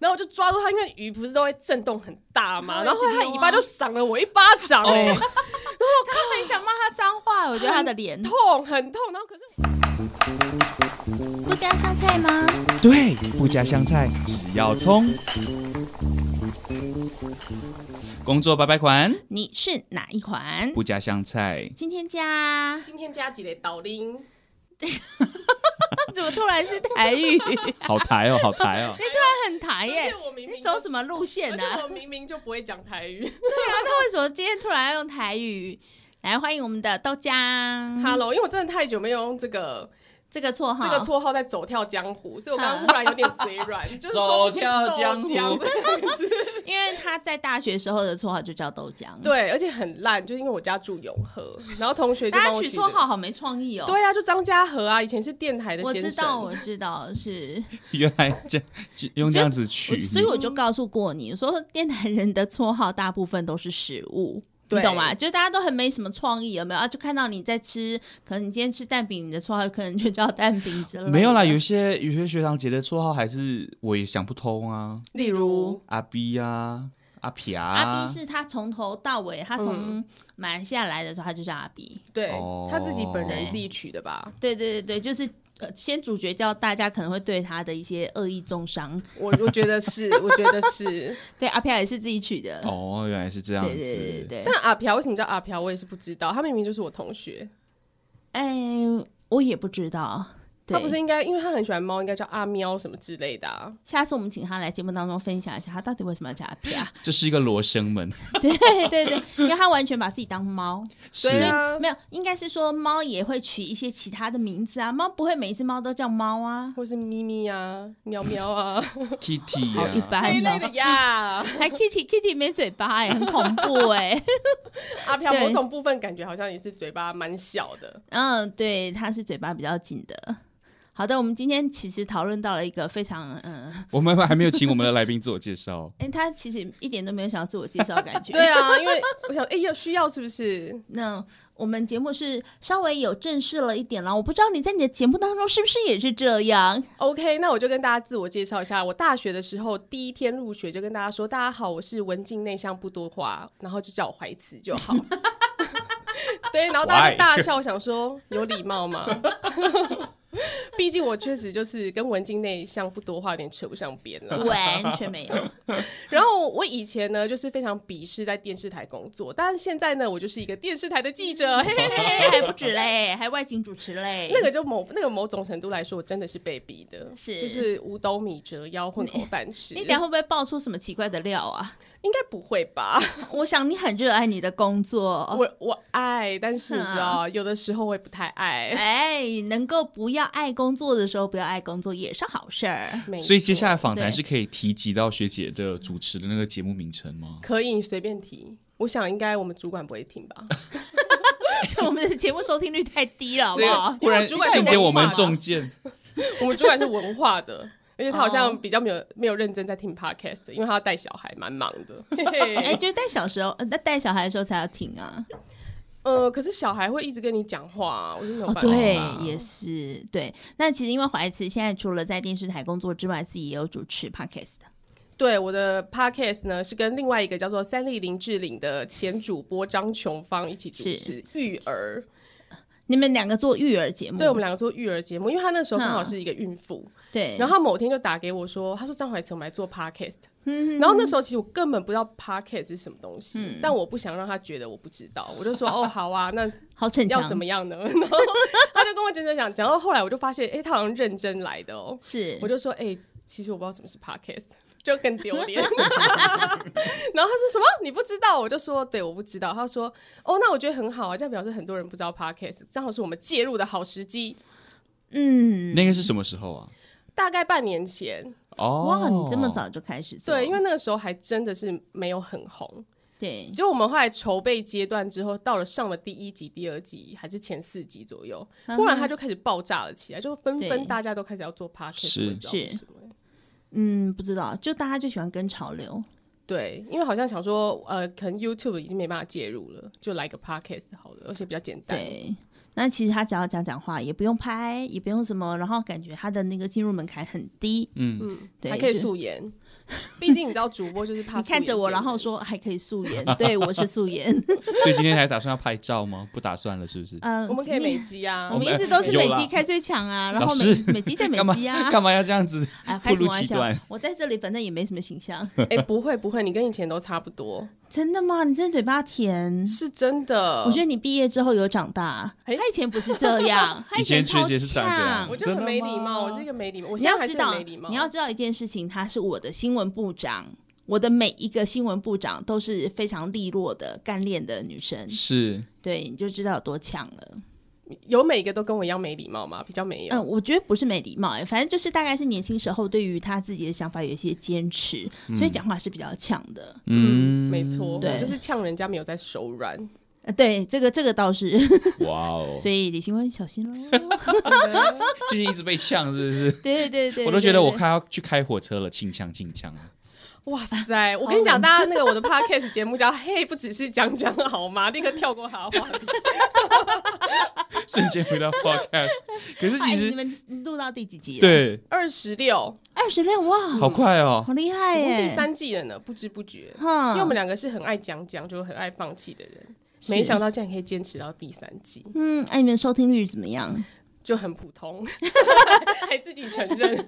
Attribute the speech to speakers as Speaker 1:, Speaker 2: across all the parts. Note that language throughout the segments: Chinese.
Speaker 1: 然后我就抓住它，因为鱼不是都会震动很大嘛，
Speaker 2: 它会
Speaker 1: 然后后来它
Speaker 2: 一直
Speaker 1: 尾
Speaker 2: 游啊
Speaker 1: 巴就赏了我一巴掌、欸，
Speaker 3: 哦，
Speaker 2: 他很想骂他脏话，我觉得他的脸
Speaker 1: 痛很痛，然后可是
Speaker 4: 不加香菜吗？
Speaker 3: 对，不加香菜，只要葱。工作八百款，
Speaker 2: 你是哪一款？
Speaker 3: 不加香菜。
Speaker 2: 今 天加
Speaker 1: 今天加几嘞导铃，
Speaker 2: 怎么突然是 台语？你
Speaker 3: 好台 哦，好台哦。
Speaker 2: 很台
Speaker 1: 而且
Speaker 2: 耶，
Speaker 1: 我明
Speaker 2: 哎你
Speaker 1: 明
Speaker 2: 走
Speaker 1: 就
Speaker 2: 什么啊路线
Speaker 1: 而
Speaker 2: 呢、
Speaker 1: 且我明明就不会讲台 语。
Speaker 2: 对啊，那为什么今天突然要用台语？来欢迎我们的豆浆，
Speaker 1: Hello，因为我真的太久没有用这个
Speaker 2: 这个绰号，
Speaker 1: 这个绰号在走跳江湖，所以我刚刚忽然有点嘴 软，就是说
Speaker 3: 走跳江湖
Speaker 1: 豆浆这个字
Speaker 2: 因为他在大学时候的绰号就叫豆浆。，
Speaker 1: 对，而且很烂，就是因为我家住永和，然后同学就
Speaker 2: 大
Speaker 1: 帮
Speaker 2: 家
Speaker 1: 我
Speaker 2: 取
Speaker 1: 取的
Speaker 2: 绰号好没创意哦。
Speaker 1: 对啊，就张家和啊，以前是电台的
Speaker 2: 我
Speaker 1: 先生。
Speaker 2: 知道，我知道是，
Speaker 3: 原来这这用这样子
Speaker 2: 我
Speaker 3: 取，
Speaker 2: 所以我就告诉过你，说电台人的绰号大部分都是食物。你
Speaker 1: 对
Speaker 2: 懂吗？就大家都很没什么创意，有没有啊？就看到你在吃，可能你今天吃蛋饼，你的绰号可能就叫蛋饼之类的。
Speaker 3: 没有啦。有些有些学长姐的绰号还是我也想不通啊，
Speaker 2: 例如
Speaker 3: 阿 B 啊，阿撇啊。嗯
Speaker 2: 阿 B 是他从头到尾，他从马来西亚来的时候，他就叫阿 B。
Speaker 1: 对
Speaker 3: 哦
Speaker 1: 他自己本人自己取的吧？
Speaker 2: 对对对对，就是呃，先主角叫大家可能会对他的一些恶意中伤。
Speaker 1: 我我觉得是，我觉得是。
Speaker 2: 对，阿飘也是自己取的。
Speaker 3: 哦，原来是这样子。
Speaker 2: 对对对对对，
Speaker 1: 但阿朴为什么叫阿朴，我也是不知道。他明明就是我同学，
Speaker 2: 哎，我也不知道。对
Speaker 1: 他不是，应该，因为他很喜欢猫，应该叫阿喵什么之类的啊。
Speaker 2: 下次我们请他来节目当中分享一下，他到底为什么要叫阿飘？
Speaker 3: 这是一个罗生门。
Speaker 2: 对对对，因为他完全把自己当猫，
Speaker 3: 是
Speaker 1: 对啊，
Speaker 2: 没有，应该是说猫也会取一些其他的名字啊，猫不会每一只猫都叫猫啊，
Speaker 1: 或是咪咪啊、喵喵 啊
Speaker 3: Kitty
Speaker 2: 好一
Speaker 3: 啊，
Speaker 1: 这一
Speaker 2: 般
Speaker 1: 类的
Speaker 2: 哦。
Speaker 1: 呀。
Speaker 2: 还 Kitty Kitty 没嘴巴哎、很恐怖哎、
Speaker 1: 阿飘
Speaker 2: 对
Speaker 1: 某种部分感觉好像也是嘴巴蛮小的，
Speaker 2: 嗯，对，它是嘴巴比较紧的。好的，我们今天其实讨论到了一个非常嗯，。
Speaker 3: 我们还没有请我们的来宾自我介绍
Speaker 2: 哎、他其实一点都没有想要自我介绍的感觉。
Speaker 1: 对啊，因为 我想，哎，要需要是不是？
Speaker 2: 那我们节目是稍微有正式了一点了，我不知道你在你的节目当中是不是也是这 样？
Speaker 1: OK，那我就跟大家自我介绍一下。我大学的时候第一天入学就跟大家说：“大家好，我是文静内向不多话，然后就叫我怀慈就好。” 对，然后大家就
Speaker 3: Why？
Speaker 1: 大笑，想说有礼貌吗？ 毕竟我确实就是跟文静内向不多话有点扯不上边 了。
Speaker 2: 完全没有。
Speaker 1: 然后我以前呢就是非常鄙视在电视台工作，但是现在呢我就是一个电视台的记者，嘿嘿嘿。
Speaker 2: 哎还不止嘞，还外景主持嘞。
Speaker 1: 那个就某那个某种程度来说，我真的是被逼的，
Speaker 2: 是
Speaker 1: 就是五斗米折腰混口饭吃。
Speaker 2: 你等下会不会爆出什么奇怪的料啊？
Speaker 1: 应该不会吧？
Speaker 2: 我想你很热爱你的工作，
Speaker 1: 我我爱，但是你知道，
Speaker 2: 嗯
Speaker 1: 有的时候我也不太爱。
Speaker 2: 哎，能够不要爱工作的时候不要爱工作也是好事 儿。
Speaker 1: 没
Speaker 3: 所以
Speaker 1: 错
Speaker 3: 接下来访谈
Speaker 2: 对
Speaker 3: 是可以提及到学姐的主持的那个节目名称吗？
Speaker 1: 可以你随便提，我想应该我们主管不会听吧？
Speaker 2: 这我们的节目收听率太低了，好不
Speaker 3: 这
Speaker 2: 好
Speaker 3: 个？忽然
Speaker 1: 主管
Speaker 3: 瞬
Speaker 1: 在
Speaker 3: 间我
Speaker 1: 听话
Speaker 3: 们
Speaker 1: 啦
Speaker 3: 中箭，
Speaker 1: 我们主管是文化的。而且他好
Speaker 2: 哦
Speaker 1: 像比较没有没有认真在听 podcast，因为他要带小孩，蛮忙的。嘿
Speaker 2: 哎、
Speaker 1: 嘿
Speaker 2: 就是带小时候，呃带带小孩的时候才要听啊。
Speaker 1: 呃，可是小孩会一直跟你讲话、啊，我就没有
Speaker 2: 哦
Speaker 1: 办法。，
Speaker 2: 对，也是对。那其实因为怀慈现在除了在电视台工作之外，自己也有主持 podcast 的。
Speaker 1: 对，我的 podcast 呢是跟另外一个叫做三立林志玲的前主播张琼芳一起主
Speaker 2: 是
Speaker 1: 持育儿，
Speaker 2: 你们两个做育儿节目，
Speaker 1: 对我们两个做育儿节目，因为她那时候刚好
Speaker 2: 嗯
Speaker 1: 是一个孕妇，
Speaker 2: 对，
Speaker 1: 然
Speaker 2: 后
Speaker 1: 后她某天就打给我说，她说张怀慈，我们来做 podcast，、然后那时候其实我根本不知道 podcast 是什么东西，但我不想让她觉得我不知道，我就说哦好啊，那
Speaker 2: 好逞强，
Speaker 1: 要怎么样呢？ 然后她就跟我真的讲，讲到后来我就发现，哎、她好像认真来的哦，
Speaker 2: 是
Speaker 1: 我就说，哎、其实我不知道什么是 podcast，就更丢脸。然后他说什么你不知道？我就说对，我不知道。他说哦，那我觉得很好啊，这样表示很多人不知道 podcast，正好是我们介入的好时机。
Speaker 2: 嗯，
Speaker 3: 那个是什么时候啊？
Speaker 1: 大概半年前，
Speaker 3: 哦，
Speaker 2: 哇，你这么早就开始做，
Speaker 1: 对，因为那个时候还真的是没有很红。
Speaker 2: 对
Speaker 1: 就我们后来筹备阶段之后，到了上了第一集、第二集还是前四集左右，忽然它就开始爆炸了起来，就纷
Speaker 2: 嗯对
Speaker 1: 纷大家都开始要做 podcast，我也
Speaker 3: 是
Speaker 1: 不知道为
Speaker 2: 是
Speaker 1: 什么
Speaker 2: 嗯，不知道，就大家就喜欢跟潮流，
Speaker 1: 对，因为好像想说，呃，可能 YouTube 已经没办法介入了，就来个 Podcast 好了，而且比较简单。
Speaker 2: 对。那其实他只要讲讲话，也不用拍，也不用什么，然后感觉他的那个进入门槛很低，
Speaker 3: 嗯，
Speaker 2: 对，
Speaker 1: 还可以
Speaker 2: 就
Speaker 1: 素颜，毕竟你知道主播就是怕
Speaker 2: 你看着我，然后说还可以素 颜，对我是素 颜。
Speaker 3: 所以今天还打算要拍照吗？不打算了，是不是？
Speaker 2: 嗯，
Speaker 1: 我们可以美
Speaker 2: 你
Speaker 1: 肌啊，
Speaker 2: 我们
Speaker 3: 们
Speaker 2: 一直都是
Speaker 3: 有
Speaker 2: 美
Speaker 3: 啦
Speaker 2: 肌开最强啊，然
Speaker 3: 老
Speaker 2: 后美
Speaker 3: 师
Speaker 2: 美肌在美
Speaker 3: 干嘛
Speaker 2: 肌 啊，
Speaker 3: 干嘛要这样子？
Speaker 2: 哎，
Speaker 3: 步
Speaker 2: 开什
Speaker 3: 入
Speaker 2: 么玩
Speaker 3: 歧
Speaker 2: 笑
Speaker 3: 端？
Speaker 2: 我在这里反正也没什么形 象。
Speaker 1: 哎、不会不会，你跟以前都差不多，
Speaker 2: 真的吗？你真的嘴巴甜？
Speaker 1: 是啊真的。
Speaker 2: 我觉得你毕业之后有长大。
Speaker 1: 哎
Speaker 2: 他以前不是这 样，他
Speaker 3: 以前
Speaker 2: 前超
Speaker 3: 确实是长这样
Speaker 2: 呛
Speaker 1: 我。就很
Speaker 3: 真的
Speaker 1: 没礼貌，
Speaker 3: 吗
Speaker 1: 我是一个没礼貌，我
Speaker 2: 你
Speaker 1: 现在
Speaker 2: 要
Speaker 1: 还
Speaker 2: 知
Speaker 1: 是很
Speaker 2: 道
Speaker 1: 没礼，貌。啊
Speaker 2: 你要知道一件事情，他是我的新闻部长，我的每一个新闻部长都是非常利落的、干练的女生。
Speaker 3: 是
Speaker 2: 对，你就知道有多强了。
Speaker 1: 有每个都跟我一样没礼貌吗？比较没有。
Speaker 2: 嗯，我觉得不是没礼貌、欸，反正就是大概是年轻时候对于他自己的想法有一些坚持，
Speaker 3: 嗯
Speaker 2: 所以讲话是比较呛的。
Speaker 1: 嗯，没错，
Speaker 2: 对
Speaker 1: 我就是呛人家没有在手 软，
Speaker 2: 呃，对，这个这个倒是，
Speaker 3: 哇哦，
Speaker 2: 所以李新文小心 喽。
Speaker 3: 最近一直被呛，是不是？
Speaker 2: 对对对对，
Speaker 3: 我都觉得
Speaker 2: 对
Speaker 3: 我
Speaker 2: 对
Speaker 3: 快要去开火车了，清呛清呛。
Speaker 1: 哇塞！我跟你讲，大家那 个我的 podcast 节目叫“嘿”，不只是讲讲好吗？立刻跳过他的话题。
Speaker 3: 瞬 间回到 podcast，可是其
Speaker 2: 哎
Speaker 3: 实
Speaker 2: 你们录到第几集？，
Speaker 3: 对，
Speaker 1: 二十六，
Speaker 2: 二十六哇，
Speaker 3: 好快哦，
Speaker 2: 好厉害
Speaker 1: 已经第
Speaker 2: 耶！
Speaker 1: 三季了呢，不知不觉。
Speaker 2: 哼，
Speaker 1: 因为我们两个是很爱讲讲，就很爱放弃的人，
Speaker 2: 是
Speaker 1: 没想到竟然可以坚持到第三季，
Speaker 2: 嗯，哎，你们收听率怎么样？
Speaker 1: 就很普 通，还自己承认，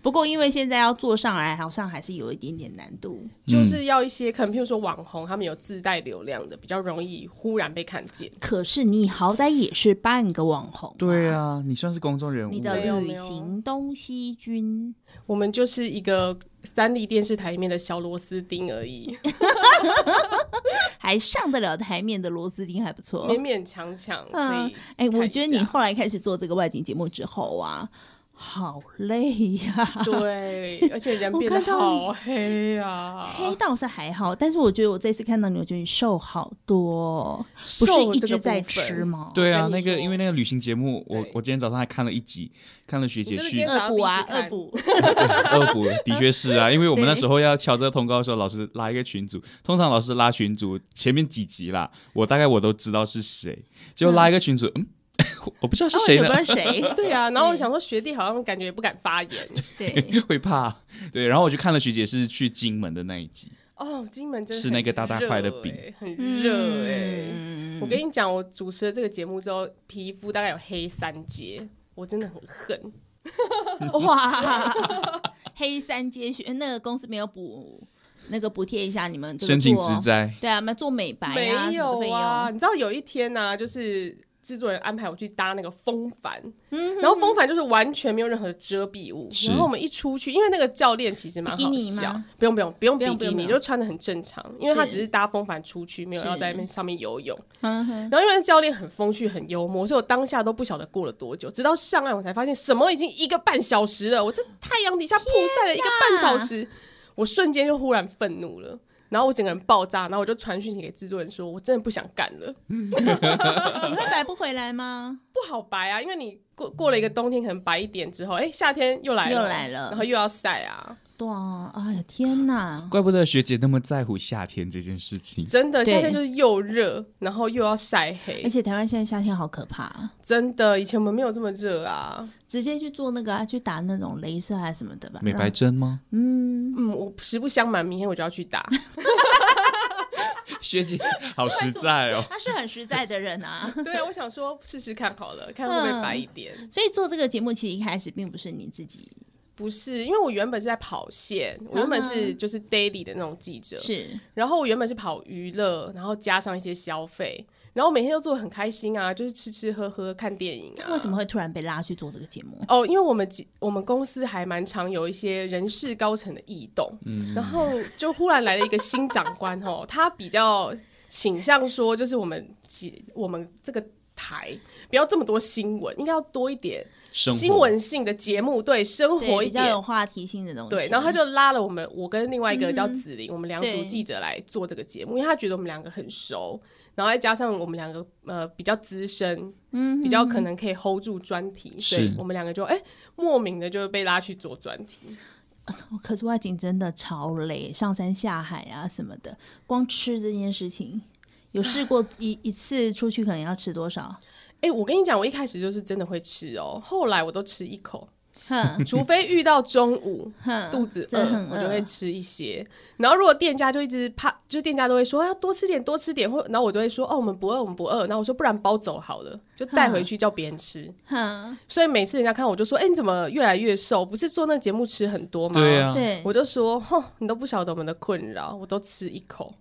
Speaker 2: 不过因为现在要做上来，好像还是有一点点难度。
Speaker 1: 就是要一些可能，譬如说网红，他们有自带流量的，比较容易忽然被看见。
Speaker 2: 可是你好歹也是半个网红，
Speaker 3: 对，啊，你算是公众人物
Speaker 2: 你的
Speaker 1: 没有
Speaker 2: 旅
Speaker 1: 没有
Speaker 2: 行东西君，
Speaker 1: 我们就是一个三立电视台里面的小螺丝钉而已，
Speaker 2: 还上得了台面的螺丝钉还不错
Speaker 1: 勉。勉强强可
Speaker 2: 哦嗯
Speaker 1: 以。
Speaker 2: 哎，
Speaker 1: 看
Speaker 2: 我
Speaker 1: 一
Speaker 2: 觉得你
Speaker 1: 下
Speaker 2: 后来开始做这个外景节目之后啊，好累呀、
Speaker 1: 对，而且人
Speaker 2: 我
Speaker 1: 变得
Speaker 2: 看到你
Speaker 1: 好黑啊，
Speaker 2: 黑倒是还好，但是我觉得我这次看到你，我觉得你瘦好多哦，不是
Speaker 1: 瘦
Speaker 2: 一
Speaker 1: 这
Speaker 2: 直
Speaker 1: 个
Speaker 2: 在
Speaker 1: 部分
Speaker 2: 吃。吗？
Speaker 3: 对啊，
Speaker 1: 跟你
Speaker 3: 那个
Speaker 1: 说
Speaker 3: 因为那个旅行节目，我
Speaker 1: 对
Speaker 3: 我今天早上还看了一集，看了学
Speaker 1: 你
Speaker 3: 姐
Speaker 1: 是不是
Speaker 3: 去
Speaker 1: 今天早上
Speaker 2: 恶补
Speaker 1: 第一
Speaker 2: 啊
Speaker 1: 次看？
Speaker 2: 恶补
Speaker 3: 恶补，的确是 啊，因为我们那时候要敲这个通告的时候，老师拉一个群组，通常老师拉群组前面几集啦，我大概我都知道是谁，结果拉一个群组，嗯， 我不知道是
Speaker 2: 哦，
Speaker 3: 谁
Speaker 2: 有
Speaker 3: 呢
Speaker 2: 不，知道谁
Speaker 1: 对啊，然后我
Speaker 2: 嗯
Speaker 1: 想说学弟好像感觉也不敢发 言。
Speaker 2: 对，
Speaker 3: 会怕，对，然后我就看了学姐是去金门的那一集，
Speaker 1: 哦，金门真的
Speaker 3: 吃
Speaker 1: 很
Speaker 3: 那个大大块的饼
Speaker 1: 热欸，很 热哎、
Speaker 2: 嗯
Speaker 1: 我跟你讲，我主持了这个节目之后，皮肤大概有黑三阶，我真的很恨。
Speaker 2: 哇，黑三街学那个公司没有补那个补贴一下你们这个
Speaker 3: 深情
Speaker 2: 做
Speaker 3: 之灾，
Speaker 2: 对啊，我们做美白啊
Speaker 1: 没
Speaker 2: 什么的费
Speaker 1: 有啊，
Speaker 2: 用，
Speaker 1: 你知道有一天呢、就是制作人安排我去搭那个风帆，
Speaker 2: 嗯
Speaker 1: 然后风帆就是完全没有任何遮蔽物，
Speaker 3: 是
Speaker 1: 然后我们一出去，因为那个教练其实蛮好
Speaker 2: 比基尼
Speaker 1: 笑
Speaker 2: 吗，
Speaker 1: 不用不用不用
Speaker 2: 不
Speaker 1: 比
Speaker 2: 用
Speaker 1: 基
Speaker 2: 不
Speaker 1: 尼，
Speaker 2: 用
Speaker 1: 就穿的很正常，因为他
Speaker 2: 是
Speaker 1: 只是搭风帆出去，没有要
Speaker 2: 是
Speaker 1: 在那边上面游泳。
Speaker 2: 嗯哼，
Speaker 1: 然后因为教练很风趣、很幽默，所以我当下都不晓得过了多久，直到上岸我才发现什么已经一个半小时了。我这太阳底下曝晒了一个半小时，我瞬间就忽然愤怒了。然后我整个人爆炸，然后我就传讯息给制作人说，我真的不想干了，
Speaker 2: 你会白不回来吗？
Speaker 1: 不好白啊，因为你过过了一个冬天，可能白一点之后，哎，夏天又来了，
Speaker 2: 又来了
Speaker 1: 然后又要晒啊，
Speaker 2: 对啊，哎呀天哪！
Speaker 3: 怪不得学姐那么在乎夏天这件事情，
Speaker 1: 真的
Speaker 2: 对哎
Speaker 1: 夏天就是又热，然后又要晒黑
Speaker 2: 而，且台湾现在夏天好可怕啊，
Speaker 1: 真的，以前我们没有这么热啊，
Speaker 2: 直接去做那个啊，去打那种镭射啊什么的吧。
Speaker 3: 美白
Speaker 2: 让，
Speaker 3: 针吗？
Speaker 2: 嗯，
Speaker 1: 嗯，我实不相瞒，明天我就要去打，
Speaker 3: 学 姐好实在哦，
Speaker 2: 他是很实在的人啊。
Speaker 1: 对啊，我想说试试看好了，看会不会白一
Speaker 2: 嗯
Speaker 1: 点。
Speaker 2: 所以做这个节目其实一开始并不是你自己，
Speaker 1: 不是，因为我原本是在跑线，我原本是就是 daily 的那种记者，
Speaker 2: 嗯是
Speaker 1: 然后我原本是跑娱乐，然后加上一些消费，然后每天都做的很开心啊，就是吃吃喝喝、看电影啊。
Speaker 2: 为什么会突然被拉去做这个节目？
Speaker 1: 哦，因为我们几我们公司还蛮常有一些人事高层的异动，然后就忽然来了一个新长官哦，他比较倾向说，就是我们几我们这个台不要这么多新闻，应该要多一点
Speaker 3: 生活
Speaker 1: 新闻性的节目，对生活
Speaker 2: 对，
Speaker 1: 一
Speaker 2: 比较有
Speaker 1: 点。
Speaker 2: 话题性的东西。
Speaker 1: 对，然后他就拉了我们，我跟另外一个叫子
Speaker 2: 嗯
Speaker 1: 玲，我们两组
Speaker 2: 对
Speaker 1: 记者来做这个节目，因为他觉得我们两个很熟，然后再加上我们两个呃比较资深，嗯，比较可能可以 hold 住专题，所以
Speaker 3: 是
Speaker 1: 我们两个就哎、莫名的就被拉去做专题，
Speaker 2: 可是外景真的超累，上山下海啊什么的，光吃这件事情，有试过一 一次出去可能要吃多少？
Speaker 1: 哎、我跟你讲，我一开始就是真的会吃哦，后来我都吃一口，
Speaker 2: 哼
Speaker 1: 除非遇到中午
Speaker 2: 哼，
Speaker 1: 肚子
Speaker 2: 真
Speaker 1: 饿
Speaker 2: 很，
Speaker 1: 我就会
Speaker 2: 饿
Speaker 1: 吃一些。然后如果店家就一直怕，就是店家都会说啊要多吃点，多吃点，或然后我就会说哦我们不饿，我们不饿。然后我说不然包走好了，就带
Speaker 2: 嗯
Speaker 1: 回去叫别人吃。
Speaker 2: 哼，
Speaker 1: 所以每次人家看我就说，哎、你怎么越来越瘦？不是做那个节目吃很多吗？
Speaker 3: 对啊，。
Speaker 2: 对，
Speaker 1: 我就说，哼，你都不晓得我们的困扰，我都吃一口。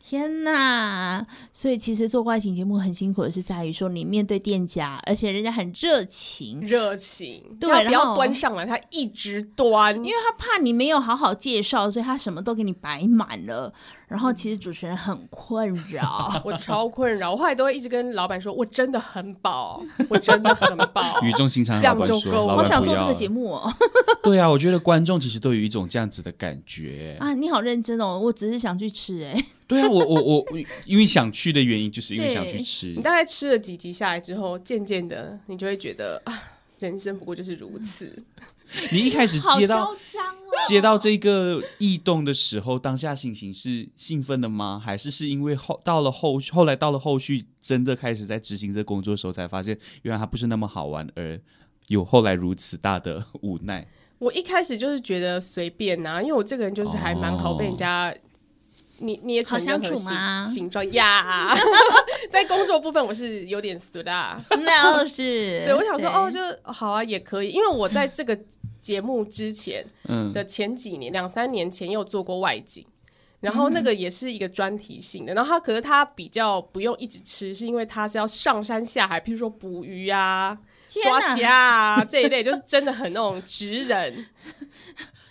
Speaker 2: 天呐！所以其实做外景节目很辛苦的是在于说，你面对店家，而且人家很热情，
Speaker 1: 热情，
Speaker 2: 对
Speaker 1: 叫他不
Speaker 2: 然
Speaker 1: 要
Speaker 2: 后
Speaker 1: 端上来，他一直端，，
Speaker 2: 因为他怕你没有好好介绍，所以他什么都给你摆满了。然后其实主持人很困扰
Speaker 1: 我超困扰。我后来都会一直跟老板说，我真的很饱，我真的很饱
Speaker 3: 语重心长。
Speaker 1: 这样
Speaker 3: 老板
Speaker 1: 就
Speaker 3: 说
Speaker 1: 够
Speaker 3: 老
Speaker 1: 了
Speaker 2: 我
Speaker 3: 板
Speaker 2: 想
Speaker 3: 不
Speaker 2: 做这
Speaker 3: 要
Speaker 2: 个
Speaker 3: 了
Speaker 2: 节目哦。
Speaker 3: 对啊，我觉得观众其实都有一种这样子的感觉。
Speaker 2: 啊，你好认真哦，我只是想去吃哎、
Speaker 3: 对啊，我我我我因为想去的原因，就是因为想去
Speaker 2: 对
Speaker 3: 吃
Speaker 1: 你。大概吃了几集下来之后，渐渐的你就会觉得啊，人生不过就是如此。
Speaker 3: 你一开始
Speaker 2: 好
Speaker 3: 接到
Speaker 2: 嚣张哦！
Speaker 3: 接到这个异动的时候，当下心情是兴奋的吗？还是是因为后到了后后来到了后续真的开始在执行这工作的时候，才发现原来它不是那么好玩，而有后来如此大的无奈？
Speaker 1: 我一开始就是觉得随便啊呐、因为我这个人就是还蛮好被人家、你你也成任何
Speaker 2: 好相处吗
Speaker 1: 形形状呀。 在工作部分我是有点俗啦，
Speaker 2: 那是
Speaker 1: 对我想说哦，就是好啊，也可以，因为我在这个节目之前
Speaker 3: 嗯，
Speaker 1: 的前几年，两三年前也有做过外景。然后那个也是一个专题性的，然后它可是它比较不用一直吃，是因为它是要上山下海，譬如说捕鱼啊、
Speaker 2: 天
Speaker 1: 抓
Speaker 2: 哪
Speaker 1: 虾啊这一类，就是真的很那种职人。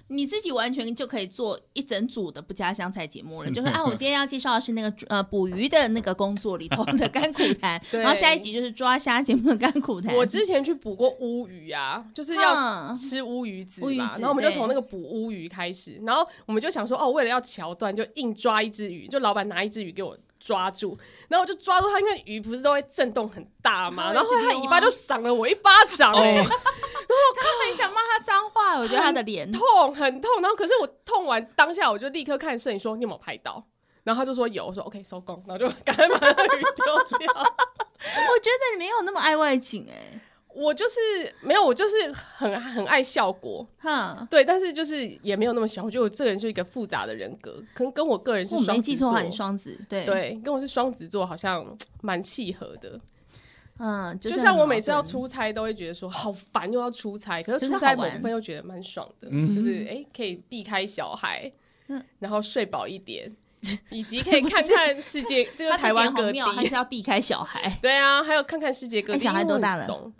Speaker 2: 你自己完全就可以做一整组的不加香菜节 目了，就是啊，我今天要介绍的是那个呃捕鱼的那个工作里头的甘苦谈，
Speaker 1: 对
Speaker 2: 然后下一集就是抓虾节目的甘苦谈。
Speaker 1: 我之前去捕过乌鱼啊，就是要
Speaker 2: 嗯
Speaker 1: 吃乌鱼子
Speaker 2: 乌鱼
Speaker 1: 嘛，
Speaker 2: 子
Speaker 1: 然后我们就
Speaker 2: 对
Speaker 1: 从那个捕乌鱼开始，然后我们就想说，哦，为了要桥段，就硬抓一只鱼，就老板拿一只鱼给我。抓住，然后我就抓住它，因为鱼不是都会震动很大嘛，
Speaker 2: 它
Speaker 1: 然
Speaker 2: 会
Speaker 1: 后
Speaker 2: 一直
Speaker 1: 它
Speaker 2: 游啊
Speaker 1: 尾巴就赏了我一巴掌、 欸，
Speaker 3: 哦，
Speaker 2: 他很想骂他脏话，我觉得他的脸
Speaker 1: 痛很痛，然后可是我痛完当下我就立刻看摄影说你有没有拍到，然后他就说有，我说 OK 收工，然后就 赶快把那鱼丢掉。
Speaker 2: 我觉得你没有那么爱外景哎、
Speaker 1: 我就是没有，我就是很很爱效果，
Speaker 2: 哈，
Speaker 1: 对，但是就是也没有那么喜欢。我觉得我这个人是一个复杂的人格，可能跟我个人是
Speaker 2: 我
Speaker 1: 双
Speaker 2: 没
Speaker 1: 子
Speaker 2: 记
Speaker 1: 座，
Speaker 2: 错，你双子对，
Speaker 1: 对，跟我是双子座好像蛮契合的。
Speaker 2: 嗯，
Speaker 1: 就是像
Speaker 2: 很
Speaker 1: 我
Speaker 2: 矛
Speaker 1: 每次要
Speaker 2: 盾，
Speaker 1: 出差，都会觉得说好烦，又要出差。可是
Speaker 2: 真
Speaker 1: 出
Speaker 2: 的
Speaker 1: 差
Speaker 2: 好
Speaker 1: 某
Speaker 2: 玩
Speaker 1: 部分又觉得蛮爽的，
Speaker 3: 嗯
Speaker 1: 就是哎、诶可以避开小孩，
Speaker 2: 嗯
Speaker 1: 然后睡饱一点，以及 可以看看世界，这个
Speaker 2: 他
Speaker 1: 台湾
Speaker 2: 的
Speaker 1: 各
Speaker 2: 脸好妙他
Speaker 1: 地
Speaker 2: 是。要避开小孩，
Speaker 1: 对啊，还有看看世界各
Speaker 2: 哎
Speaker 1: 地。
Speaker 2: 小孩
Speaker 1: 因为
Speaker 2: 多
Speaker 1: 我很
Speaker 2: 大了
Speaker 1: 怂？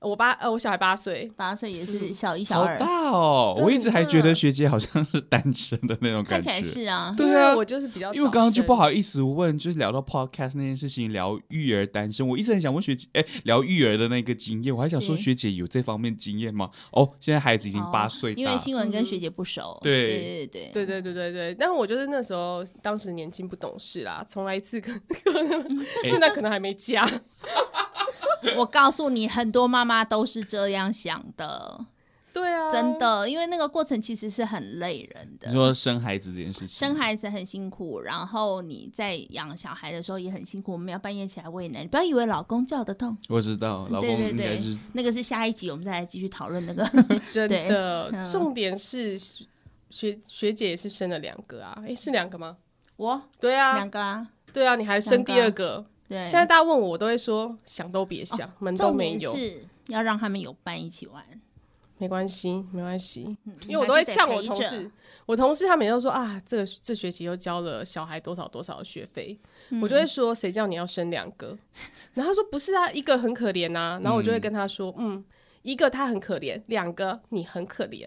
Speaker 1: 我八呃，我小孩八岁，
Speaker 2: 八岁也是小一小
Speaker 3: 好
Speaker 2: 二，
Speaker 3: 大哦！
Speaker 1: 对
Speaker 3: 我一直还觉
Speaker 1: 很大
Speaker 3: 得学姐好像是单身的那种
Speaker 2: 看起
Speaker 3: 感觉
Speaker 2: 来。是啊，
Speaker 3: 对啊
Speaker 1: 因为我就是比较早生，
Speaker 3: 因为我刚刚就不好意思问，就是聊到 podcast 那件事情，聊育儿单身，我一直很想问学姐，哎，聊育儿的那个经验，我还想说
Speaker 2: 对
Speaker 3: 学姐有这方面经验吗？哦，现在孩子已经
Speaker 2: 哦
Speaker 3: 八岁
Speaker 2: 因
Speaker 3: 大
Speaker 2: 为，新闻跟
Speaker 1: 嗯
Speaker 2: 学姐不熟，
Speaker 3: 对
Speaker 2: 对对对
Speaker 1: 对对对对对，但我就是那时候当时年轻不懂事啦，重来一次可可能 现在可能还没加。
Speaker 2: 我告诉你，很多妈妈都是这样想的，
Speaker 1: 对啊，
Speaker 2: 真。的，因为那个过程其实是很累人
Speaker 3: 你
Speaker 2: 的。
Speaker 3: 说生孩子这件事情，
Speaker 2: 生孩子很辛苦，然后你在养小孩的时候也很辛苦。我们要半夜起来喂奶，你不要以为老公叫得动，
Speaker 3: 我知道，老公
Speaker 2: 对对
Speaker 3: 应该
Speaker 2: 对
Speaker 3: 是
Speaker 2: 那个是下一集我们再来继续讨论那个。
Speaker 1: 真的
Speaker 2: 对嗯，
Speaker 1: 重点是学学姐也是生了两个啊，诶，是两个吗？
Speaker 2: 我
Speaker 1: 对啊
Speaker 2: 两，个啊，
Speaker 1: 对啊，你还生第二个。
Speaker 2: 对，哦
Speaker 1: 现在大家问我，我都会说想都别想，门都
Speaker 2: 重
Speaker 1: 没
Speaker 2: 点
Speaker 1: 有，
Speaker 2: 是要让他们有伴一起玩，
Speaker 1: 没关系，没关系。
Speaker 2: 嗯
Speaker 1: 因为我都会
Speaker 2: 还是得
Speaker 1: 呛我
Speaker 2: 陪
Speaker 1: 同
Speaker 2: 着
Speaker 1: 事，我同事他每天都说啊，这个这学期又交了小孩多少多少的学费，
Speaker 2: 嗯
Speaker 1: 我就会说谁叫你要生两个？然后他说不是啊，一个很可怜呐、然后我就会跟他说，嗯。一个他很可怜，两个你很可怜，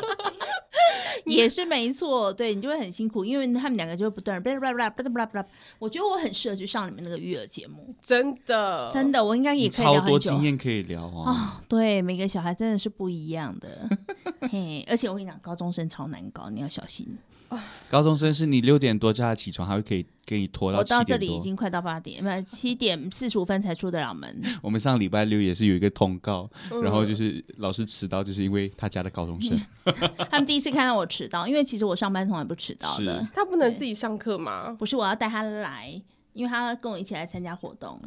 Speaker 2: 也是没错，对你就会很辛苦，因为他们两个就会不断地 blah blah blah blah blah blah blah。我觉得我很适合去上你们那个育儿节目，
Speaker 1: 真的，
Speaker 2: 真
Speaker 1: 的。
Speaker 2: 的，我应该也
Speaker 3: 你
Speaker 2: 可以聊
Speaker 3: 超
Speaker 2: 很
Speaker 3: 多
Speaker 2: 久
Speaker 3: 经。验可以聊啊。
Speaker 2: 哦，对，每个小孩真的是不一样的， 嘿，而且我跟你讲，高中生超难搞，你要小心。
Speaker 3: 高中生是你六点多叫他起床，还会可以给你拖
Speaker 2: 我到
Speaker 3: 七
Speaker 2: 这
Speaker 3: 点
Speaker 2: 里已
Speaker 3: 多。
Speaker 2: 经快到八点， 不，七点四十五分才出得了门。
Speaker 3: 我们上礼拜六也是有一个通告，
Speaker 1: 嗯
Speaker 3: 然后就是老师迟到，就是因为他家的高 中生。
Speaker 2: 他们第一次看到我迟到，因为其实我上班从来不迟到的
Speaker 3: 是，
Speaker 1: 他不能自己上课吗？
Speaker 2: 不是我要带他来，因为他跟我一起来参加活动。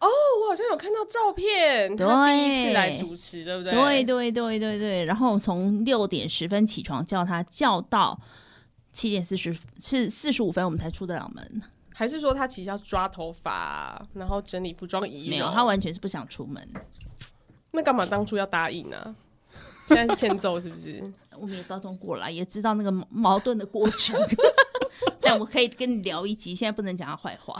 Speaker 1: 我好像有看到照片，他第一次来主持，对不对？
Speaker 2: 对对对对对，然后从六点十分起床叫他叫到七点四十是四十五分我们才出得了门，
Speaker 1: 还是说他其实要抓头发，然后整理服装仪容？
Speaker 2: 没有，他完全是不想出门。
Speaker 1: 那干嘛当初要答应呢、现在是欠揍是不 是？
Speaker 2: 我们也高中过了，也知道那个矛矛盾的过程。 但我可以跟你聊一集，现在不能讲他坏话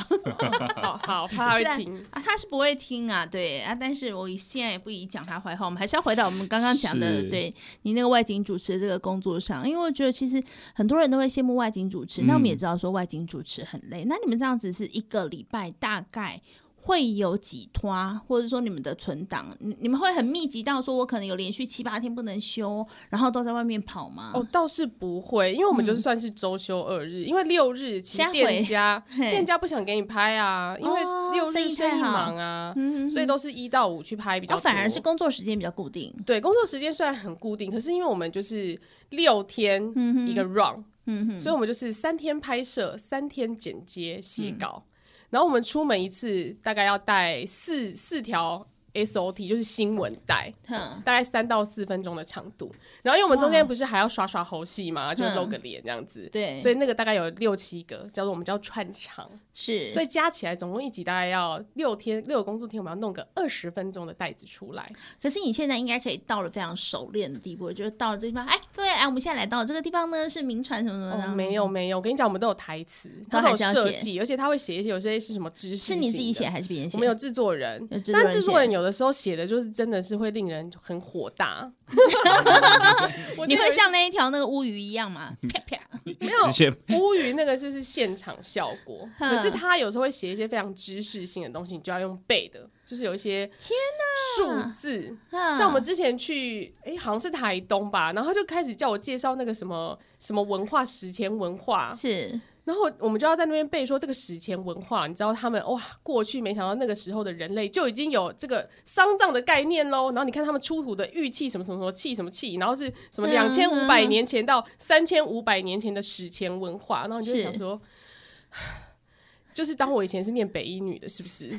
Speaker 1: 哦，好，怕他
Speaker 2: 虽然
Speaker 1: 会听。
Speaker 2: 啊，他是不会听啊，对啊，但是我现在也不宜讲他坏话，我们还是要回到我们刚刚讲的，
Speaker 3: 是
Speaker 2: 对你那个外景主持这个工作上，因为我觉得其实很多人都会羡慕外景主持，那我们也
Speaker 3: 嗯
Speaker 2: 知道说外景主持很累，那你们这样子是一个礼拜大概。会有几拖，或者说你们的存档，你你们会很密集到说，我可能有连续七八天不能休，然后都在外面跑吗？
Speaker 1: 哦，倒是不会，因为我们就
Speaker 2: 嗯
Speaker 1: 算是周休二日，因为六日其
Speaker 2: 下
Speaker 1: 实
Speaker 2: 回
Speaker 1: 店家
Speaker 2: 嘿
Speaker 1: 店家不想给你拍啊，因为
Speaker 2: 哦
Speaker 1: 六
Speaker 2: 生意
Speaker 1: 日生
Speaker 2: 最
Speaker 1: 意
Speaker 2: 好
Speaker 1: 忙啊，
Speaker 2: 嗯
Speaker 1: 所以都是一到五去拍比较
Speaker 2: 哦，
Speaker 1: 多。
Speaker 2: 反而是工作时间比较固定。
Speaker 1: 对工作时间虽然很固定，可是因为我们就是六天一个 run，、
Speaker 2: 嗯哼，
Speaker 1: 所以我们就是三天拍摄，三天剪接写
Speaker 2: 嗯
Speaker 1: 稿，然后我们出门一次大概要带四四条 SOT，就是新闻带。
Speaker 2: 哼，
Speaker 1: 大概三到四分钟的长度，然后因为我们中间
Speaker 2: 哇
Speaker 1: 不是还要耍耍猴戏嘛，就
Speaker 2: 嗯
Speaker 1: 露个脸这样子，
Speaker 2: 对，
Speaker 1: 所
Speaker 2: 以
Speaker 1: 以那个大概有六七个，叫做我们叫串场，
Speaker 2: 是，
Speaker 1: 所以加起来总共一集大概要六天六个工作天，我们要弄个二十分钟的袋子出来。
Speaker 2: 可是你现在应该可以到了非常熟练的地步，就是到了这地方，哎，各位，哎，我们现在来到了这个地方呢，是名传什么什么
Speaker 1: 哦
Speaker 2: 的、，
Speaker 1: 没有，没有，我跟你讲，我们都有台词，它
Speaker 2: 都
Speaker 1: 都
Speaker 2: 还
Speaker 1: 有
Speaker 2: 是要
Speaker 1: 设
Speaker 2: 写
Speaker 1: 计，而且他会写一些，有些是什么知识，
Speaker 2: 是你自己写。还是别人写？
Speaker 1: 我们有制作人
Speaker 2: 有，制作人
Speaker 1: 但制作人
Speaker 2: 写
Speaker 1: 有的时候写的就是真的是会令人很火 大。我
Speaker 2: 你
Speaker 1: 真的
Speaker 2: 会像那一条那个乌鱼一样吗？啪啪，
Speaker 1: 没有
Speaker 3: 直接
Speaker 1: 乌云那个就是现场效果，
Speaker 2: 哼
Speaker 1: 可是他有时候会写一些非常知识性的东西，你就要用背的，就是有一些天
Speaker 2: 哪
Speaker 1: 数字，
Speaker 2: 啊
Speaker 1: 像我们之前去，哎、好像是台东吧，然后他就开始叫我介绍那个什么什么文化史前文化，
Speaker 2: 是
Speaker 1: 然后我们就要在那边背说这个史前文化，你知道他们哦哇，过去没想到那个时候的人类就已经有这个丧葬的概念喽。然后你看他们出土的玉器什么什么什么器什么器，然后是什么
Speaker 2: 嗯
Speaker 1: 两千五百
Speaker 2: 嗯
Speaker 1: 年前到三千五百年前的史前文化，然后你就会
Speaker 2: 是
Speaker 1: 想说。 就是当我以前是念北一女的，是不是？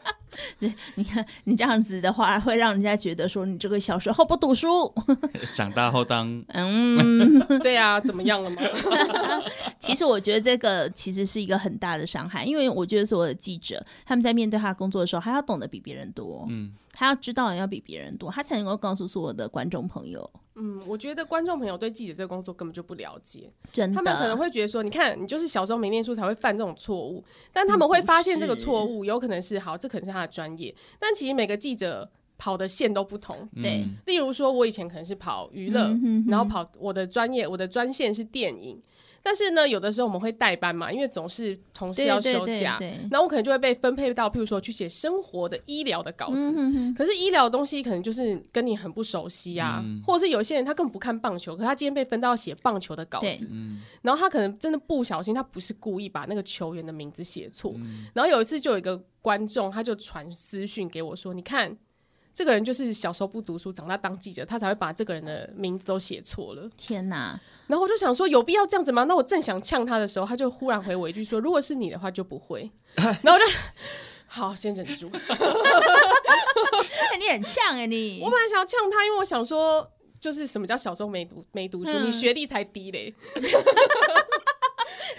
Speaker 2: 你看你这样子的话，会让人家觉得说你这个小时候不读书。
Speaker 3: 长大后当
Speaker 2: 嗯，
Speaker 1: 对啊，怎么样了吗？
Speaker 2: 其实我觉得这个其实是一个很大的伤害，因为我觉得所有的记者他们在面对他的工作的时候，他要懂得比别人多，
Speaker 3: 嗯，
Speaker 2: 他要知道要比别人多，他才能够告诉所有的观众朋友，
Speaker 1: 嗯，我觉得观众朋友对记者这个工作根本就不了解，
Speaker 2: 嗯真的，
Speaker 1: 他们可能会觉得说，你看，你就是小时候没念书才会犯这种错误，但他们会发现这个错
Speaker 2: 嗯
Speaker 1: 误有可能是好，这可能是他的专业，但其实每个记者跑的线都不同。
Speaker 2: 对
Speaker 3: 嗯
Speaker 1: 例如说，我以前可能是跑娱乐，
Speaker 2: 嗯哼哼
Speaker 1: 然后跑我的专业，我的专线是电影，但是呢，有的时候我们会代班嘛，因为总是同事
Speaker 2: 对
Speaker 1: 要
Speaker 2: 对
Speaker 1: 休
Speaker 2: 对
Speaker 1: 假，
Speaker 2: 对，
Speaker 1: 然后我可能就会被分配到，譬如说去写生活的、医疗的稿子，
Speaker 2: 哼哼
Speaker 1: 可是医疗的东西可能就是跟你很不熟悉啊，或者是有些人他根本不看棒球，可他今天被分到写棒球的稿
Speaker 2: 对
Speaker 1: 子，然后他可能真的不小心，他不是故意把那个球员的名字写错。然后有一次就有一个观众，他就传私讯给我说：“你看，这个人就是小时候不读书，长大当记者，他才会把这个人的名字都写错了。”
Speaker 2: 天 哪，
Speaker 1: 然后我就想说，有必要这样子吗？那我正想呛他的时候，他就忽然回我一句说：“如果是你的话，就不会。”然后我就好，先忍住。
Speaker 2: 你很呛哎、你
Speaker 1: 我本来想要呛他，因为我想说，就是什么叫小时候没读没读书，
Speaker 2: 嗯
Speaker 1: 你学历才低嘞。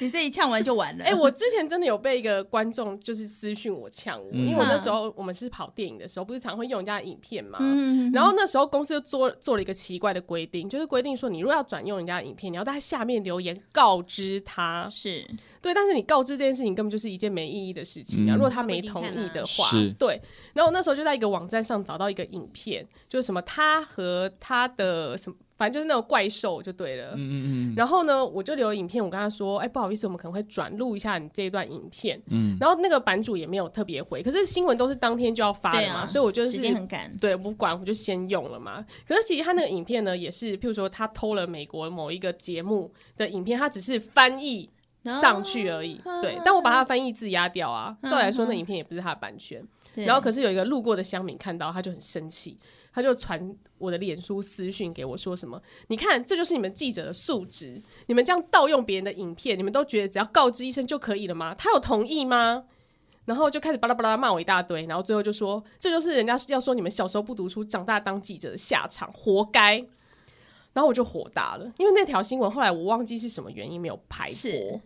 Speaker 2: 你这一呛完就完了。
Speaker 1: 哎、我之前真的有被一个观众就是私讯我呛我，
Speaker 3: 嗯
Speaker 1: 因为我那时候我们是跑电影的时候，不是常会用人家的影片嘛。
Speaker 2: 嗯，
Speaker 1: 然后那时候公司就做做了一个奇怪的规定，就是规定说，你如果要转用人家的影片，你要在下面留言告知 他。
Speaker 2: 嗯是
Speaker 1: 对，但是你告知这件事情根本就是一件没意义的事情啊！
Speaker 3: 嗯
Speaker 1: 如果他没同意的话
Speaker 3: 他不一定看啊是，
Speaker 1: 对。然后我那时候就在一个网站上找到一个影片，就是什么他和他的什么，反正就是那种怪兽就对了。
Speaker 3: 嗯嗯
Speaker 1: 然后呢，我就留影片，我跟他说，哎、不好意思，我们可能会转录一下你这一段影片。
Speaker 3: 嗯
Speaker 1: 然后那个版主也没有特别回，可是新闻都是当天就要发
Speaker 2: 对
Speaker 1: 的嘛，
Speaker 2: 啊，
Speaker 1: 所以我就是
Speaker 2: 时间很赶。
Speaker 1: 对，不管我就先用了嘛。可是其实他那个影片呢，也是，譬如说他偷了美国某一个节目的影片，他只是翻译上去而已。
Speaker 2: 哦
Speaker 1: 对，但我把他的翻译字压掉啊。照理来说，那影片也不是他的版权。
Speaker 2: 对
Speaker 1: 然后可是有一个路过的乡民看到，他就很生气，他就传我的脸书私讯给我说什么：“你看，这就是你们记者的素质，你们这样盗用别人的影片，你们都觉得只要告知医生就可以了吗？他有同意吗？”然后就开始巴拉巴拉骂我一大堆，然后最后就说这就是人家要说你们小时候不读书，长大当记者的下场，活该。然后我就火大了，因为那条新闻后来我忘记是什么原因没有排播
Speaker 2: 是，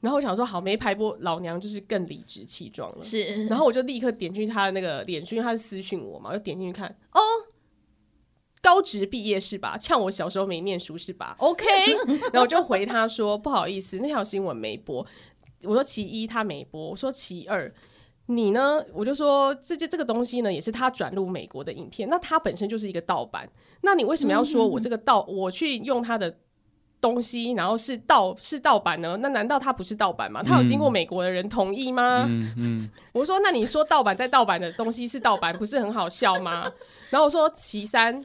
Speaker 1: 然后我想说好没排播，老娘就是更理直气壮了。
Speaker 2: 是
Speaker 1: 然后我就立刻点进去他的那个脸书，因为他是私讯我嘛，我就点进去看，哦，高职毕业是吧？呛我小时候没念书是吧？OK，然后我就回他说不好意思，那条新闻没播。我说其一他没播，我说其二。你呢？我就说这这这个东西呢，也是他转入美国的影片，那他本身就是一个盗版，那你为什么要说我这个盗，我去用他的东西，然后是盗是盗版呢？那难道他不是盗版吗？他有经过美国的人同意吗？
Speaker 3: 嗯嗯，
Speaker 1: 我说：“那你说盗版在盗版的东西是盗版，不是很好笑吗？” 然后我说：“其三，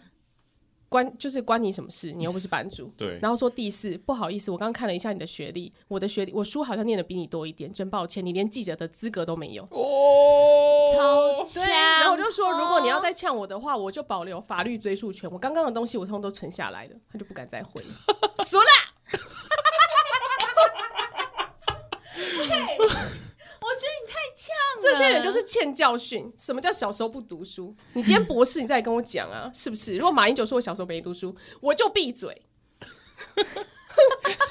Speaker 1: 关就是关你什么事？你又不是版主。”
Speaker 3: 对，
Speaker 1: 然后说第四，不好意思，我刚看了一下你的学历，我的学历，我书好像念的比你多一点，真抱歉，你连记者的资格都没有。
Speaker 2: 超强。
Speaker 1: 对，然后我就说，如果你要再呛我的话，我就保留法律追诉权，我刚刚的东西我通通都存下来了，他就不敢再回了。
Speaker 2: 输了。我觉得你太呛了，
Speaker 1: 这些人就是欠教训。什么叫小时候不读书？你今天博士，你再来跟我讲啊，是不是？如果马英九说我小时候没读书，我就闭嘴。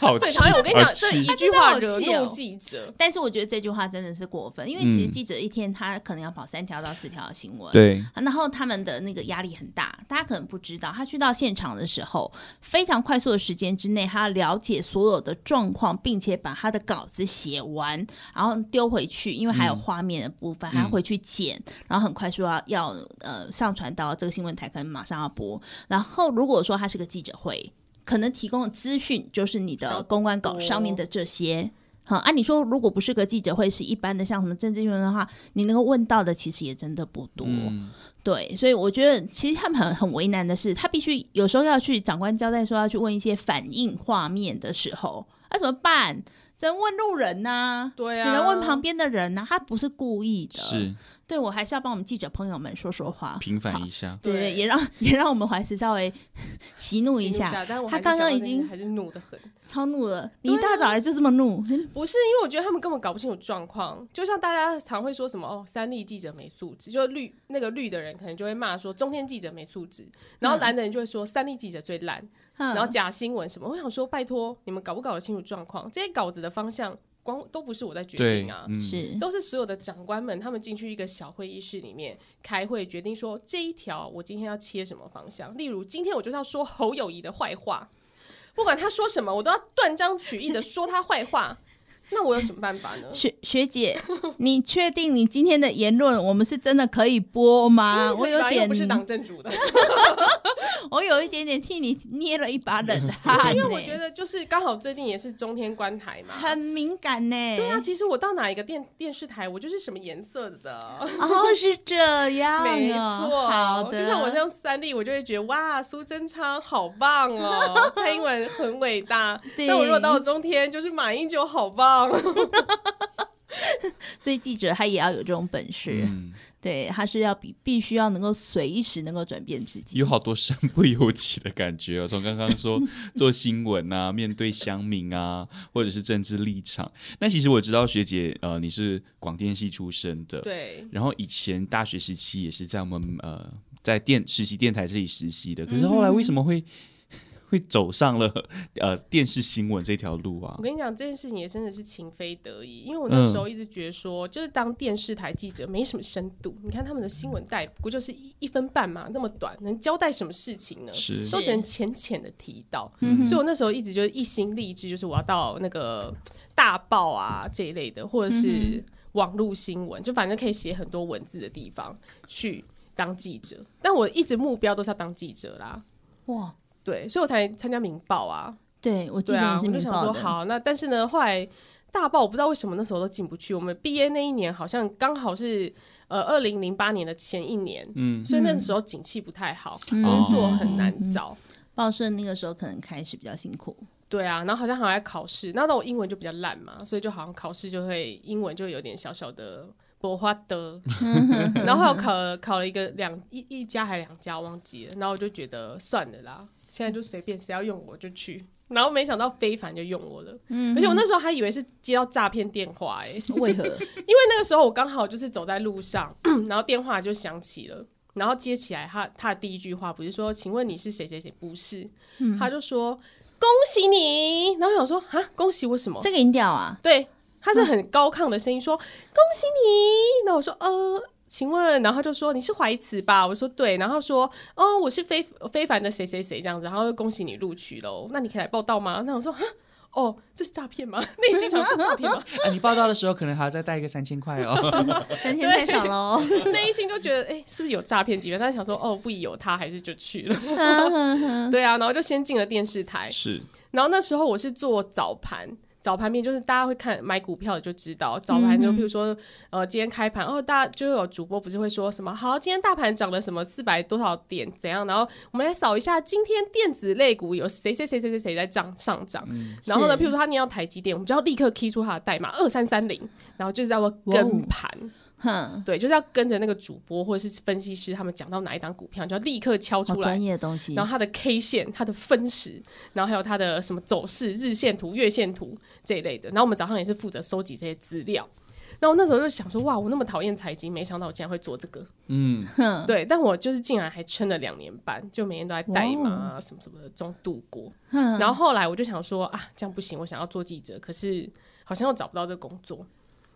Speaker 3: 好
Speaker 1: 最
Speaker 3: 气，
Speaker 1: 讨厌我跟你
Speaker 3: 好
Speaker 1: 讲，
Speaker 3: 气
Speaker 1: 这一句话惹
Speaker 2: 他真的
Speaker 1: 怒
Speaker 2: 好气哦
Speaker 1: 记者。
Speaker 2: 但是我觉得这句话真的是过分，因为其实
Speaker 3: 嗯
Speaker 2: 记者一天他可能要跑三条到四条的新闻，
Speaker 3: 对，
Speaker 2: 啊然后他们的那个压力很大，大家可能不知道，他去到现场的时候，非常快速的时间之内，他要了解所有的状况，并且把他的稿子写完，然后丢回去，因为还有画面的部分，还要回去剪，然后很快说要要呃上传到这个新闻台，可能马上要播。然后如果说他是个记者会，可能提供的资讯就是你
Speaker 1: 比较
Speaker 2: 的公关稿
Speaker 1: 多
Speaker 2: 上面的这些。好，按、啊、你说，如果不是个记者会，是一般的像什么政治新闻的话，你能够问到的其实也真的不多。
Speaker 3: 嗯，
Speaker 2: 对，所以我觉得其实他们很很为难的是，他必须有时候要去长官交代说要去问一些反应画面的时候，那、怎么办？只能问路人呐、
Speaker 1: 对啊，
Speaker 2: 只能问旁。边的人呐、他不是故意的。
Speaker 3: 是
Speaker 1: 嗯
Speaker 2: 对我还是要帮我们记者朋友们说说话，
Speaker 3: 平反一下，
Speaker 2: 对
Speaker 1: 对
Speaker 2: 也让也让我们怀慈稍 微息怒一下，，
Speaker 1: 但我
Speaker 2: 他
Speaker 1: 还是
Speaker 2: 刚
Speaker 1: 想到
Speaker 2: 刚已
Speaker 1: 那
Speaker 2: 经
Speaker 1: 个还是怒得很。
Speaker 2: 超怒了，你一
Speaker 1: 啊
Speaker 2: 大早来就这么怒，
Speaker 1: 不是因为我觉得他们根本搞不清楚状况，就像大家常会说什么哦，三立记者没素质，就绿那个绿的人可能就会骂说中天记者没素质，然后蓝的人就会说三立记者最烂，
Speaker 2: 嗯
Speaker 1: 然后假新闻什么。我想说，拜托你们搞不搞得清楚状况？这些稿子的方向光都不是我在决
Speaker 3: 对
Speaker 1: 定啊，，
Speaker 3: 嗯，
Speaker 2: 是
Speaker 1: 都是所有的长官们，他们进去一个小会议室里面开会，决定说这一条我今天要切什么方向。例如，今天我就是要说侯友谊的坏 话，不管他说什么，我都要断章取义的说他坏话。那我有什么办法 呢？
Speaker 2: 学学姐，你确定你今天的言论我们是真的可以 播吗？我有
Speaker 1: 本来又
Speaker 2: 点
Speaker 1: 不是党政 主的，
Speaker 2: 我有一点点替你捏了一把冷 汗、
Speaker 1: 因为我觉
Speaker 2: 得
Speaker 1: 得就是刚好最近也是中天观台嘛。
Speaker 2: 很敏感呢、
Speaker 1: 对啊，其实我到哪一个电电视台，我就是什么颜色的，
Speaker 2: 哦，是这样、哦，
Speaker 1: 没错。
Speaker 2: 好的，
Speaker 1: 就像我这样三立，我就会觉得哇，苏贞昌好棒哦，蔡英文很伟大。
Speaker 2: 对，
Speaker 1: 但我如果到中天，就是马英九好棒。
Speaker 2: 所以记者他也要有这种本事，
Speaker 3: 嗯，
Speaker 2: 对，他是要必必须要能够随时能够转变自己，
Speaker 3: 有好多身不由己的感觉哦。从刚刚 说做新闻啊，面对乡民啊，或者是政治立场。那其实我知道学姐，呃，你是广电系出身的，
Speaker 1: 对，
Speaker 3: 然后以前大学时期也是在我们呃在电实习电台这里实习的，可是后来为
Speaker 1: 嗯
Speaker 3: 什么会、会走上了呃电视新闻这条路啊
Speaker 1: 我？跟你讲这件事情也真的是情非得已，因为我那
Speaker 2: 嗯
Speaker 1: 时候一直觉得说，就是当电视台记者没什么深度，你看他们的新闻带不就是一一分半嘛，那么短，能交代什么事情呢？
Speaker 3: 是
Speaker 1: 都只能浅浅的提到。
Speaker 2: 嗯哼
Speaker 1: 所以我那时候一直就是一心立志，就是我要到那个大报啊这一类的，
Speaker 2: 嗯
Speaker 1: 或者是网络新闻，就反正可以写很多文字的地方去当记者。但我一直目标都是要当记者啦，
Speaker 2: 哇，
Speaker 1: 对，所以我才参加明报啊。
Speaker 2: 对我记
Speaker 1: 对
Speaker 2: 得
Speaker 1: 啊
Speaker 2: 你，
Speaker 1: 我
Speaker 2: 是
Speaker 1: 就
Speaker 2: 民
Speaker 1: 想
Speaker 2: 报
Speaker 1: 说
Speaker 2: 的，
Speaker 1: 好，那但是呢，后来大报我不知道为什么那时候都进不去。我们毕业那一年好像刚好是呃二零零八年的前一年，
Speaker 3: 嗯，
Speaker 1: 所以那时候景气不太好，
Speaker 2: 嗯
Speaker 1: 工作很难找。
Speaker 2: 报社那个时候可能开始比较辛苦，
Speaker 1: 对啊，然后好像还在考试，那那我英文就比较烂嘛，所以就好像考试就会英文就有点小小的薄花的，然后还有考考了一个两一一家还两家忘记了，然后我就觉得算了啦，现在就随便谁要用我就去。然后没想到非凡就用我了，而且我那时候还以为是接到诈骗电话哎、
Speaker 2: 为何？
Speaker 1: 因为那个时候我刚好就是走在路上， 然后电话就响起了，然后接起来他他的第一句话不是说请问你是谁谁谁？不是，他就说恭喜你，然后我想说啊恭喜我什么？
Speaker 2: 这个音调啊，
Speaker 1: 对，他是很高亢的声音说、恭喜你。那我说呃，请问，然后他就说你是怀慈吧？我说对，然后说哦，我是非非凡的谁谁谁这样子，然后就恭喜你录取喽，那你可以来报道吗？那我说哈哦，这是诈骗吗？ 内心想这是诈骗吗？
Speaker 3: 啊，你报道的时候可能还要再带一个三千块 哦。
Speaker 2: 三千太少喽。
Speaker 1: 内心就觉得哎、是不是有诈骗集团？但是想说哦，不疑有他，还是就去了。对啊，然后就先进了电视台，
Speaker 3: 是，
Speaker 1: 然后那时候我是做早盘，早盘面就是大家会看买股票的就知道，早盘
Speaker 2: 嗯
Speaker 1: 就譬如说、呃今天开盘，哦大家就有主播不是会说什么好，今天大盘涨了什么四百多少点怎样，然后我们来扫一下今天电子类股有谁谁谁谁谁谁在涨上涨，然后呢
Speaker 2: 是
Speaker 1: 譬如说他念到台积电，我们就要立刻 key 出它的代码二三三零，然后就是叫做跟盘。
Speaker 2: 哼，
Speaker 1: 对，就是要跟着那个主播或者是分析师他们讲到哪一档股票，你就要立刻敲
Speaker 2: 好
Speaker 1: 出来
Speaker 2: 专，业的东西
Speaker 1: 然。后它的 K 线、它的分时，然后还有它的什么走势、日线图、月线图这一类的。然后我们早上也是负责收集这些资料。然后我那时候就想说，哇，我那么讨厌财经，没想到我竟然会做这个。
Speaker 3: 嗯，
Speaker 2: 哼，
Speaker 1: 对，但我就是竟然还撑了两年半，就每天都在代码啊什么什么的中度过。
Speaker 2: 哦哼
Speaker 1: 然后后来我就想说啊，这样不行，我想要做记者，可是好像又找不到这个工作。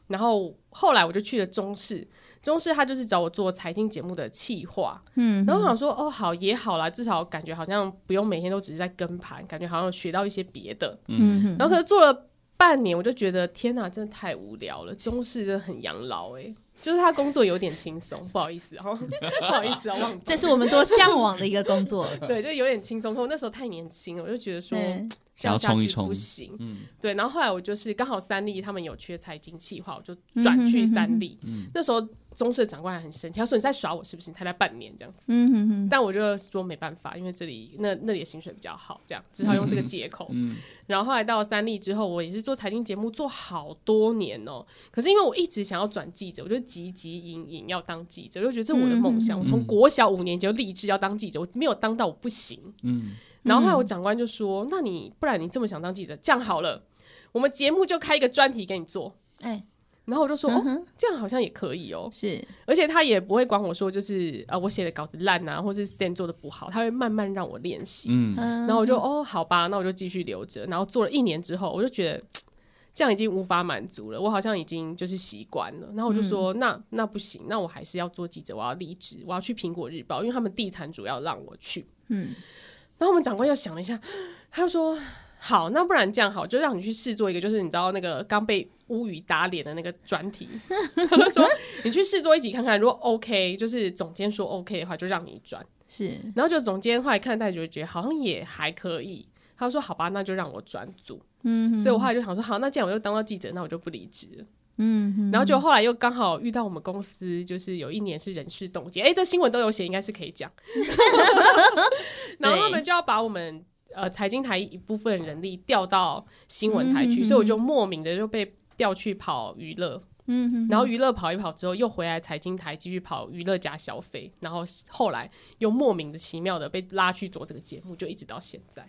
Speaker 1: 然后后来我就去了中视，中视他就是找我做财经节目的企划，嗯，然后我想说哦好也好啦，至少感觉好像不用每天都只是在跟盘，感觉好像有学到一些别的，
Speaker 2: 嗯，
Speaker 1: 然后可是做了半年，我就觉得天哪，真的太无聊了，中视真的很养老哎、就是他工作有点轻松，不好意思哦，不好意思哦，忘记
Speaker 2: 这是我们多向往的一个工作。
Speaker 1: 对，就有点轻松。可我那时候太年轻了，我就觉 得说。
Speaker 2: 嗯，
Speaker 1: 这样
Speaker 3: 想要
Speaker 1: 下
Speaker 3: 冲一
Speaker 1: 去
Speaker 3: 冲嗯
Speaker 1: 不行。对。然后后来我就是刚好三立他们有缺财经企划，我就转去三立。
Speaker 3: 嗯
Speaker 1: 那时候中社长官还很生气，他说你在耍我是不是？你才来半年这样子。
Speaker 2: 嗯哼哼，
Speaker 1: 但我就说没办法，因为这里那那里的薪水比较好，这样只好用这个借口。然后后来到三立之后，我也是做财经节目做好多年哦、可是因为我一直想要转记者，我就汲汲营营要当记者，我就觉得这是我的梦想。我从国小五年级就立志要当记者，我没有当到我不行。
Speaker 3: 嗯，
Speaker 1: 然后后来我长官就说：“那你不然你这么想当记者，这样好了，我们节目就开一个专题给你做。
Speaker 2: 哎，”
Speaker 1: 然后我就说：“
Speaker 2: 嗯
Speaker 1: 哦，
Speaker 2: 哼，
Speaker 1: 这样好像也可以哦。
Speaker 2: 是”
Speaker 1: 而且他也不会管我说，就是啊、呃我写的稿子烂啊，或是 stand 做的不好，他会慢慢让我练习。
Speaker 3: 嗯，
Speaker 2: 嗯，
Speaker 1: 然后我就哦，好吧，那我就继续留着。然后做了一年之后，我就觉得嘖这样已经无法满足了，我好像已经就是习惯了。然后我就说，那那不行，那我还是要做记者，我要离职，我要去苹果日报，因为他们地产主要让我去。
Speaker 2: 嗯，
Speaker 1: 然后我们长官又想了一下，他就说：“好，那不然这样好，就让你去试做一个，就是你知道那个刚被乌鱼打脸的那个专题。” 他就说：“你去试做一集看看，如果 OK，就是总监说 OK 的话，就让你转。
Speaker 2: 是”
Speaker 1: 然后就总监后来看待就觉得好像也还可以。他就说：“好吧，那就让我转组。”嗯，所以我后来就想说，好，那既然我就当到记者，那我就不离职了。嗯，然后就后来又刚好遇到我们公司，就是有一年是人事冻结，哎，这新闻都有写，应该是可以 讲。然后他们就要把我们呃财经台一部分人力调到新闻台去，所以我就莫名的就被调去跑娱乐。嗯，然后娱乐跑一跑之后，又回来财经台继续跑娱乐加消费，然后后来又莫名的奇妙的被拉去做这个节目，就一直到现在。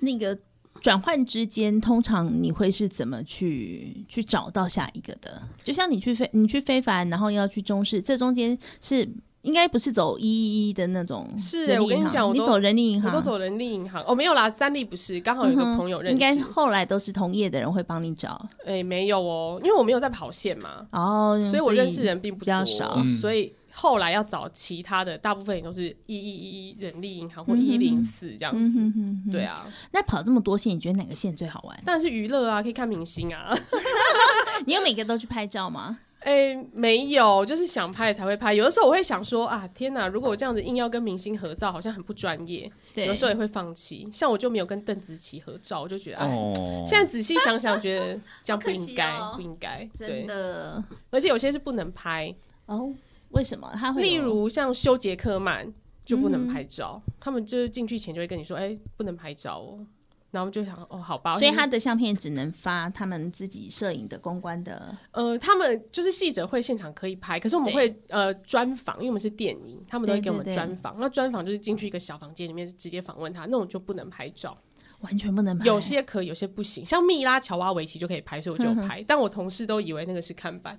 Speaker 2: 那个转换之间，通常你会是怎么去去找到下一个的？就像你去非你去非凡，然后要去中视，这中间是应该不是走一一的那种
Speaker 1: 是
Speaker 2: 人力
Speaker 1: 我跟你
Speaker 2: 银行
Speaker 1: 讲我
Speaker 2: 你
Speaker 1: 都
Speaker 2: 走人力银
Speaker 1: 我
Speaker 2: 行，
Speaker 1: 都走人力银行哦，没有啦，三立不是，刚好有一个
Speaker 2: 嗯哼
Speaker 1: 朋友认
Speaker 2: 应
Speaker 1: 识，
Speaker 2: 该
Speaker 1: 哎、
Speaker 2: 后来都是同业的人会帮你找
Speaker 1: 没有哦，因为我没有在跑线嘛，
Speaker 2: 哦，
Speaker 1: 所以我认识人并不
Speaker 2: 比较
Speaker 1: 多
Speaker 2: 少
Speaker 3: 嗯
Speaker 1: 所以后来要找其他的，大部分也都是一一一人力银行或一零四这样
Speaker 2: 嗯
Speaker 1: 子。
Speaker 2: 哼哼哼
Speaker 1: 对啊，
Speaker 2: 那跑这么多线，你觉得哪个线最好玩？
Speaker 1: 但是娱乐啊，可以看明星啊。
Speaker 2: 你有每个都去拍照吗？
Speaker 1: 哎、没有，就是想拍才会拍。有的时候我会想说啊，天哪，如果我这样子硬要跟明星合照，好像很不专业。
Speaker 2: 对，
Speaker 1: 有时候也会放弃，像我就没有跟邓紫棋合照，我就觉得哎。
Speaker 3: 哦，
Speaker 1: 现在仔细想想，觉得这样
Speaker 2: 好
Speaker 1: 不
Speaker 2: 可
Speaker 1: 应
Speaker 2: 惜
Speaker 1: 该，
Speaker 2: 哦
Speaker 1: 不应该。
Speaker 2: 真
Speaker 1: 对，
Speaker 2: 的
Speaker 1: 而且有些是不能拍，
Speaker 2: 哦，为什么他会有？
Speaker 1: 例如像修杰克曼就不能拍照，他们就是进去前就会跟你说，哎、不能拍照哦。然后就想哦，好吧，
Speaker 2: 所以他的相片只能发他们自己摄影的公关的，
Speaker 1: 呃，他们就是记者会现场可以拍，可是我们
Speaker 2: 对
Speaker 1: 会呃专访，因为我们是电影，他们都会给我们
Speaker 2: 对对对
Speaker 1: 专访。那专访就是进去一个小房间里面直接访问他，那种就不能拍照。
Speaker 2: 完全不能拍。
Speaker 1: 有些可以，有些不行。像蜜拉乔娃维奇就可以拍，所以我就有
Speaker 2: 嗯
Speaker 1: 拍。但我同事都以为那个是看 板，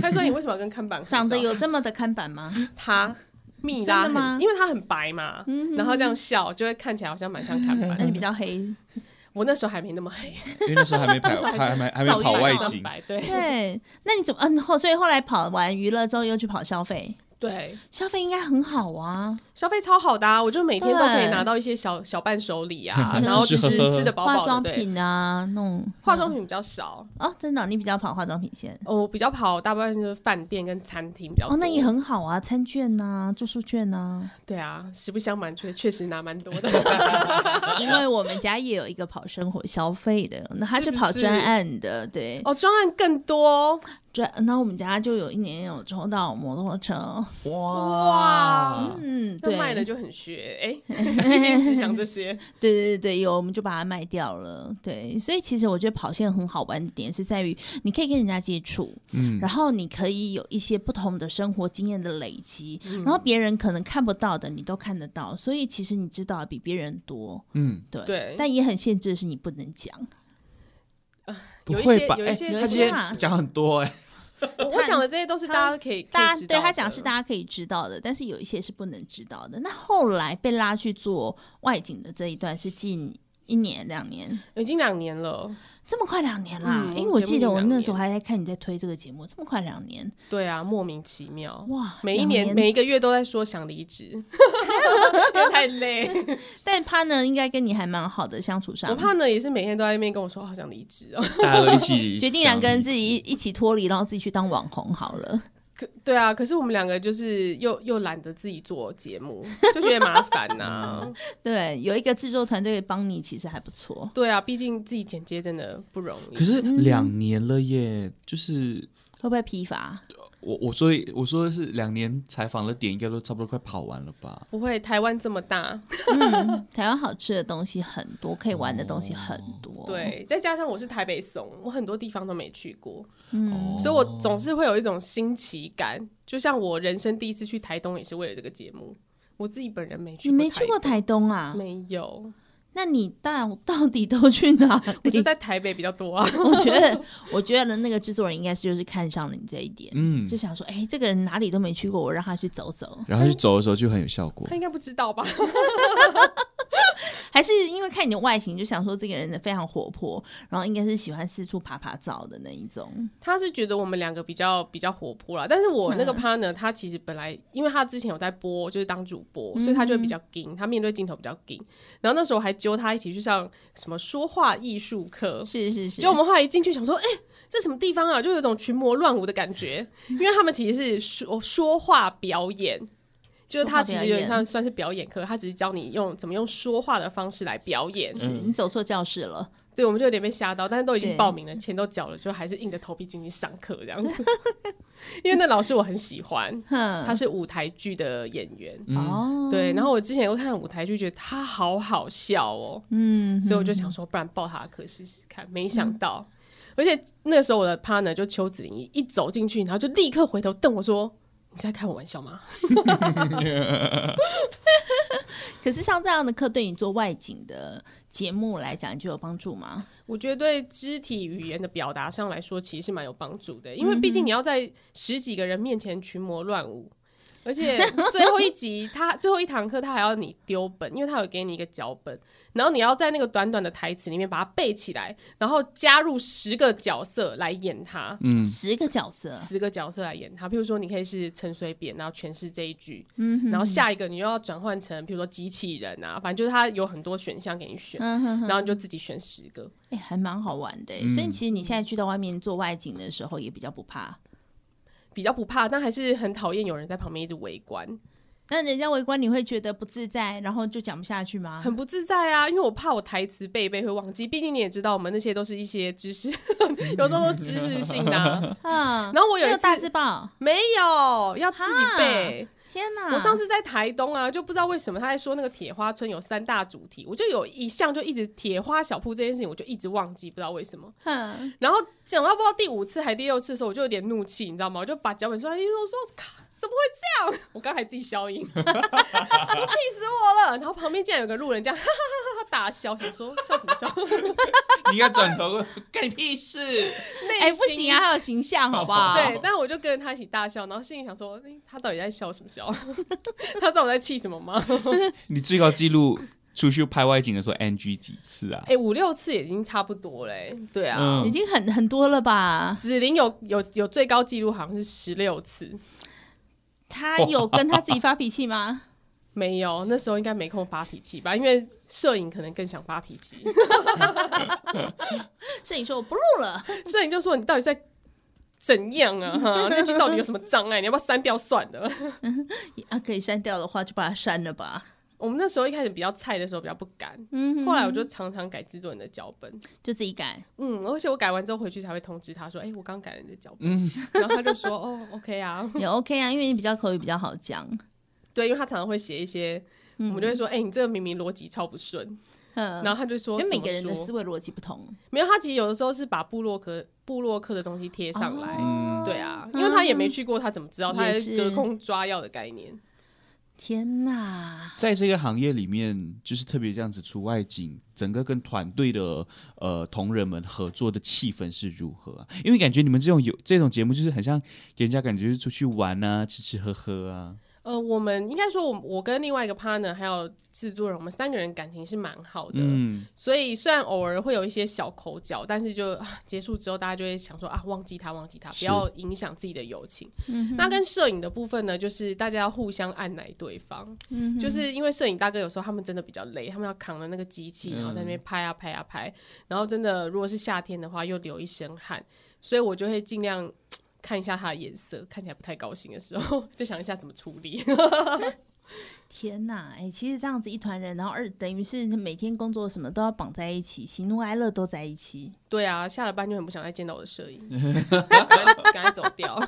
Speaker 1: 他说你为什么要跟看板合照
Speaker 2: 长得有这么的看板吗？
Speaker 1: 他蜜
Speaker 2: 真的
Speaker 1: 拉很
Speaker 2: 吗嗯
Speaker 1: 因为他很白嘛，然后这样笑就会看起来好像蛮像看
Speaker 2: 那你
Speaker 1: 板。
Speaker 2: 比较黑，
Speaker 1: 我那时候还没那么 黑，
Speaker 3: 因为那时候 还没跑，还还没还没
Speaker 2: 少
Speaker 3: 跑
Speaker 2: 运
Speaker 3: 外
Speaker 2: 动
Speaker 3: 景
Speaker 1: 算，白对
Speaker 2: 对，那你怎么嗯？后所以后来跑完娱乐之后又去跑消费，
Speaker 1: 对，
Speaker 2: 消费应该很好啊，
Speaker 1: 消费超好的、啊，我就每天都可以
Speaker 2: 对，
Speaker 1: 拿到一些小小伴手礼啊然后
Speaker 3: 吃
Speaker 1: 吃
Speaker 3: 吃喝喝
Speaker 1: 吃的饱
Speaker 2: 化
Speaker 1: 饱
Speaker 2: 妆
Speaker 1: 的。对，
Speaker 2: 品啊，弄
Speaker 1: 化妆品比较少，
Speaker 2: 哦，真的哦、你比较跑化妆品线
Speaker 1: 我比较跑大部分就是饭店跟餐厅比较多。
Speaker 2: 哦，那也很好啊，餐券呐、住宿券 呐、
Speaker 1: 对啊，实不相瞒，确确实拿蛮多的。
Speaker 2: 因为我们家也有一个跑生活消费的，那他
Speaker 1: 是不
Speaker 2: 跑
Speaker 1: 是
Speaker 2: 专案的，对，
Speaker 1: 哦，专案更多哦，
Speaker 2: 专，那我们家就有一年有抽到摩托车，
Speaker 1: 哇
Speaker 2: 嗯，
Speaker 1: 那
Speaker 2: 对，
Speaker 1: 卖了就很 学，哎、已经只想这些。
Speaker 2: 对对对对，有我们就把它卖掉了。对，所以其实我觉得跑线很好玩的点是在于，你可以跟人家接触，
Speaker 3: 嗯，
Speaker 2: 然后你可以有一些不同的生活经验的累积，
Speaker 1: 嗯
Speaker 2: 然后别人可能看不到的你都看得到，所以其实你知道的比别人多。
Speaker 3: 嗯，
Speaker 2: 对，
Speaker 1: 对
Speaker 2: 但也很限制的是你不能讲。
Speaker 3: 不
Speaker 1: 有一
Speaker 3: 会
Speaker 1: 些
Speaker 3: 吧？
Speaker 1: 有一
Speaker 3: 哎
Speaker 1: 些
Speaker 3: 他
Speaker 2: 有一
Speaker 3: 今
Speaker 2: 些
Speaker 3: 天
Speaker 2: 啊
Speaker 3: 讲很多哎，
Speaker 1: 我我讲的这些都是大家可以，可
Speaker 2: 大
Speaker 1: 以
Speaker 2: 家
Speaker 1: 知
Speaker 2: 对
Speaker 1: 道
Speaker 2: 他
Speaker 1: 的
Speaker 2: 讲是大家可以知道的，但是有一些是不能知道的。那后来被拉去做外景的这一段是近一年两年，
Speaker 1: 已经两年了，
Speaker 2: 这么快两年啦？
Speaker 1: 嗯
Speaker 2: 因为
Speaker 1: 我
Speaker 2: 我
Speaker 1: 节目
Speaker 2: 记得
Speaker 1: 已
Speaker 2: 我
Speaker 1: 两
Speaker 2: 那时候
Speaker 1: 年
Speaker 2: 还在看你在推这个节目，这么快两年，
Speaker 1: 对啊，莫名其妙。
Speaker 2: 哇！
Speaker 1: 每一
Speaker 2: 两
Speaker 1: 年每一个月都在说想离 职，因为太累。
Speaker 2: 但 partner 应该跟你还蛮好的相处上，
Speaker 1: 我怕呢也是每天都在那边跟我说好想离职哦。
Speaker 3: 大家都一 起
Speaker 2: 决定
Speaker 3: 讲
Speaker 2: 两个人自己一一起脱离，然后自己去当网红好了。
Speaker 1: 可对啊，可是我们两个就是又又懒得自己做节目，就觉得麻烦啊呐、
Speaker 2: 对，有一个制作团队帮你，其实还不错。
Speaker 1: 对啊，毕竟自己剪接真的不容易。
Speaker 3: 可是两年了耶，就是
Speaker 2: 会不会疲 乏？
Speaker 3: 我我所以我说的是两年采访的点应该都差不多快跑完了吧？
Speaker 1: 不会，台湾这么大，
Speaker 2: 嗯，台湾好吃的东西很多，可以玩的东西很多。，
Speaker 1: 嗯对，再加上我是台北怂，我很多地方都没去过，
Speaker 2: 嗯
Speaker 3: 哦
Speaker 1: 所以我总是会有一种新奇感。就像我人生第一次去台东，也是为了这个节目。我自己本人没去，
Speaker 2: 你没去过台东啊？
Speaker 1: 没有，
Speaker 2: 那你到到底都去哪里？
Speaker 1: 我就在台北比较多啊。
Speaker 2: 我觉得，我觉得那个制作人应该是就是看上了你这一点，
Speaker 3: 嗯
Speaker 2: 就，想说，哎、这个人哪里都没去过，我让他去走走。
Speaker 3: 然后去走的时候就很有效 果
Speaker 1: 他。应该不知道吧？
Speaker 2: 还是因为看你的外形就想说这个人非常活泼，然后应该是喜欢四处爬爬照的那一种。
Speaker 1: 他是觉得我们两个比较比较活泼啦，但是我那
Speaker 2: 嗯
Speaker 1: 个 partner 他其实本来，因为他之前有在播，就是当主播，所以他就会比较
Speaker 2: 嗯
Speaker 1: 硬，他面对镜头比较硬。然后那时候我还揪他一起去上什么说话艺术课，
Speaker 2: 是是
Speaker 1: 哦
Speaker 2: 是，
Speaker 1: 结果我们后来一进去想说，哎、这什么地方啊？就有一种群魔乱舞的感觉，因为他们其实是说说话表演，就是他其实有点像算是表演课，他只是教你用怎么用说话的方式来表演。
Speaker 2: 是
Speaker 3: 嗯
Speaker 2: 你走错教室了。
Speaker 1: 对，我们就有点被吓到，但是都已经
Speaker 2: 对
Speaker 1: 报名了，钱都缴了，就还是硬着头皮进去上课这样子。 因为那老师我很喜欢，他
Speaker 2: 哼，
Speaker 1: 是舞台剧的演员。
Speaker 3: 嗯
Speaker 2: 哦，
Speaker 1: 对，然后我之前有看舞台剧，觉得他好好笑哦，
Speaker 2: 嗯，
Speaker 1: 所以我就想说，不然报他的课试试看。没想到，而且那时候我的 partner 就邱子玲一走进去，然后就立刻回头瞪我说：“你是在开我玩笑吗
Speaker 2: 可是像这样的课对你做外景的节目来讲，你就有帮助吗？？”
Speaker 1: 我觉得对肢体语言的表达上来说，其实是蛮有帮助的，因为毕竟你要在十几个人面前群魔乱舞。而且最后一集，他最后一堂课，他还要你丢本，因为他有给你一个脚本，然后你要在那个短短的台词里面把它背起来，然后加入十个角色来演他。
Speaker 3: 嗯，
Speaker 2: 十个角色，
Speaker 1: 十个角色来演他。譬如说，你可以是陈水扁，然后诠释这一句，
Speaker 2: 嗯
Speaker 1: 然后下一个你又要转换成，譬如说机器人啊，反正就是他有很多选项给你选，
Speaker 2: 嗯哼哼，
Speaker 1: 然后你就自己选十个。
Speaker 2: 哎、还蛮好玩的、欸所
Speaker 3: 嗯
Speaker 2: 以其实你现在去到外面做外景的时候，也比较不怕。
Speaker 1: 比较不怕，但还是很讨厌有人在旁边一直围观，
Speaker 2: 那人家围观你会觉得不自在，然后就讲不下去吗？
Speaker 1: 很不自在啊。因为我怕我台词背一背会忘记，毕竟你也知道，我们那些都是一些知识， 有时候都 知识性的啊、
Speaker 2: 啊，
Speaker 1: 然后我有
Speaker 2: 没
Speaker 1: 一
Speaker 2: 有
Speaker 1: 次
Speaker 2: 大字报，
Speaker 1: 没有，要自己背。
Speaker 2: 天哪！
Speaker 1: 我上次在台东啊，就不知道为什么他在说那个铁花村有三大主题，我就有一项就一直铁花小铺这件事情，我就一直忘记，不知道为什么。
Speaker 2: 哼，
Speaker 1: 然后讲到不知道第五次还第六次的时候，我就有点怒气，你知道吗？我就把脚本说，我说靠，怎么会这样？我刚才自己消音，我气死我了。然后旁边竟然有个路人这样哈哈哈哈大笑，想说笑什么笑？
Speaker 3: 你应该转头干你屁事。
Speaker 2: 哎、不行啊，还有形象好不 好？
Speaker 1: 对，但我就跟着他一起大笑，然后心里想说，诶他到底在笑什么笑？他知道我在气什么吗？
Speaker 3: 你最高纪录出去拍外景的时候 NG 几次啊？
Speaker 1: 哎、五六次已经差不多嘞、对啊。
Speaker 2: 已
Speaker 3: 嗯，
Speaker 2: 经很很多了吧？
Speaker 1: 子琳有有有最高纪录好像是十六次，
Speaker 2: 他有跟他自己发脾气吗？
Speaker 1: 没有，那时候应该没空发脾气吧，因为摄影可能更想发脾气。
Speaker 2: 摄影说我不录了，
Speaker 1: 摄影就说你到底在怎样啊？哈，那句到底有什么障碍？你要不要删掉算了？
Speaker 2: 啊，可以删掉的话就把它删了吧。
Speaker 1: 我们那时候一开始比较菜的时候比较不敢，
Speaker 2: 嗯，
Speaker 1: 后来我就常常改制作人的脚本，
Speaker 2: 就自己改，
Speaker 1: 嗯，而且我改完之后回去才会通知他说，哎、我刚改了你的脚本， 然后他就说，哦，OK 啊，
Speaker 2: 也 OK 啊，因为你比较口语比较好 讲。
Speaker 1: 对，因为他常常会写一些，我们就会说，哎、你这个明明逻辑超不顺，
Speaker 2: 嗯，
Speaker 1: 然后他就说，
Speaker 2: 因为
Speaker 1: 怎
Speaker 2: 每
Speaker 1: 么
Speaker 2: 个人的
Speaker 1: 说
Speaker 2: 思维逻辑不同，
Speaker 1: 没有，他其实有的时候是把部落格部落客的东西贴
Speaker 2: 哦
Speaker 1: 上来，
Speaker 3: 嗯
Speaker 1: 对啊，因为他也
Speaker 2: 嗯
Speaker 1: 没去过，他怎么知道？他
Speaker 2: 也
Speaker 1: 还
Speaker 2: 是
Speaker 1: 隔空抓药的概念，
Speaker 2: 天哪！
Speaker 3: 在这个行业里面，就是特别这样子出外景，整个跟团队的呃同仁们合作的气氛是如何啊？因为感觉你们这种有这种节目，就是很像给人家感觉是出去玩啊，吃吃喝喝啊。
Speaker 1: 呃，我们应该说，我我跟另外一个 partner 还有制作人，我们三个人感情是蛮好的，
Speaker 3: 嗯，
Speaker 1: 所以虽然偶尔会有一些小口角，但是就、啊结束之后，大家就会想说啊，忘记他，忘记他，
Speaker 3: 是嗯
Speaker 1: 不要影响自己的友情。那跟摄影的部分呢，就是大家要互相按奶对方，
Speaker 3: 嗯
Speaker 1: 就是因为摄影大哥有时候他们真的比较累，他们要扛着那个机器，
Speaker 3: 嗯
Speaker 1: 然后在那边拍啊拍啊拍，然后真的如果是夏天的话，又流一身汗，所以我就会尽量。嘖看一下他的颜色，看起来不太高兴的时候， 就想一下怎么处理。
Speaker 2: 天呐，哎、其实这样子一团人，然后二等于是每天工作什么都要绑在一起，喜怒哀乐都在一起。
Speaker 1: 对啊，下了班就很不想再见到我的摄 影，赶快赶快走掉，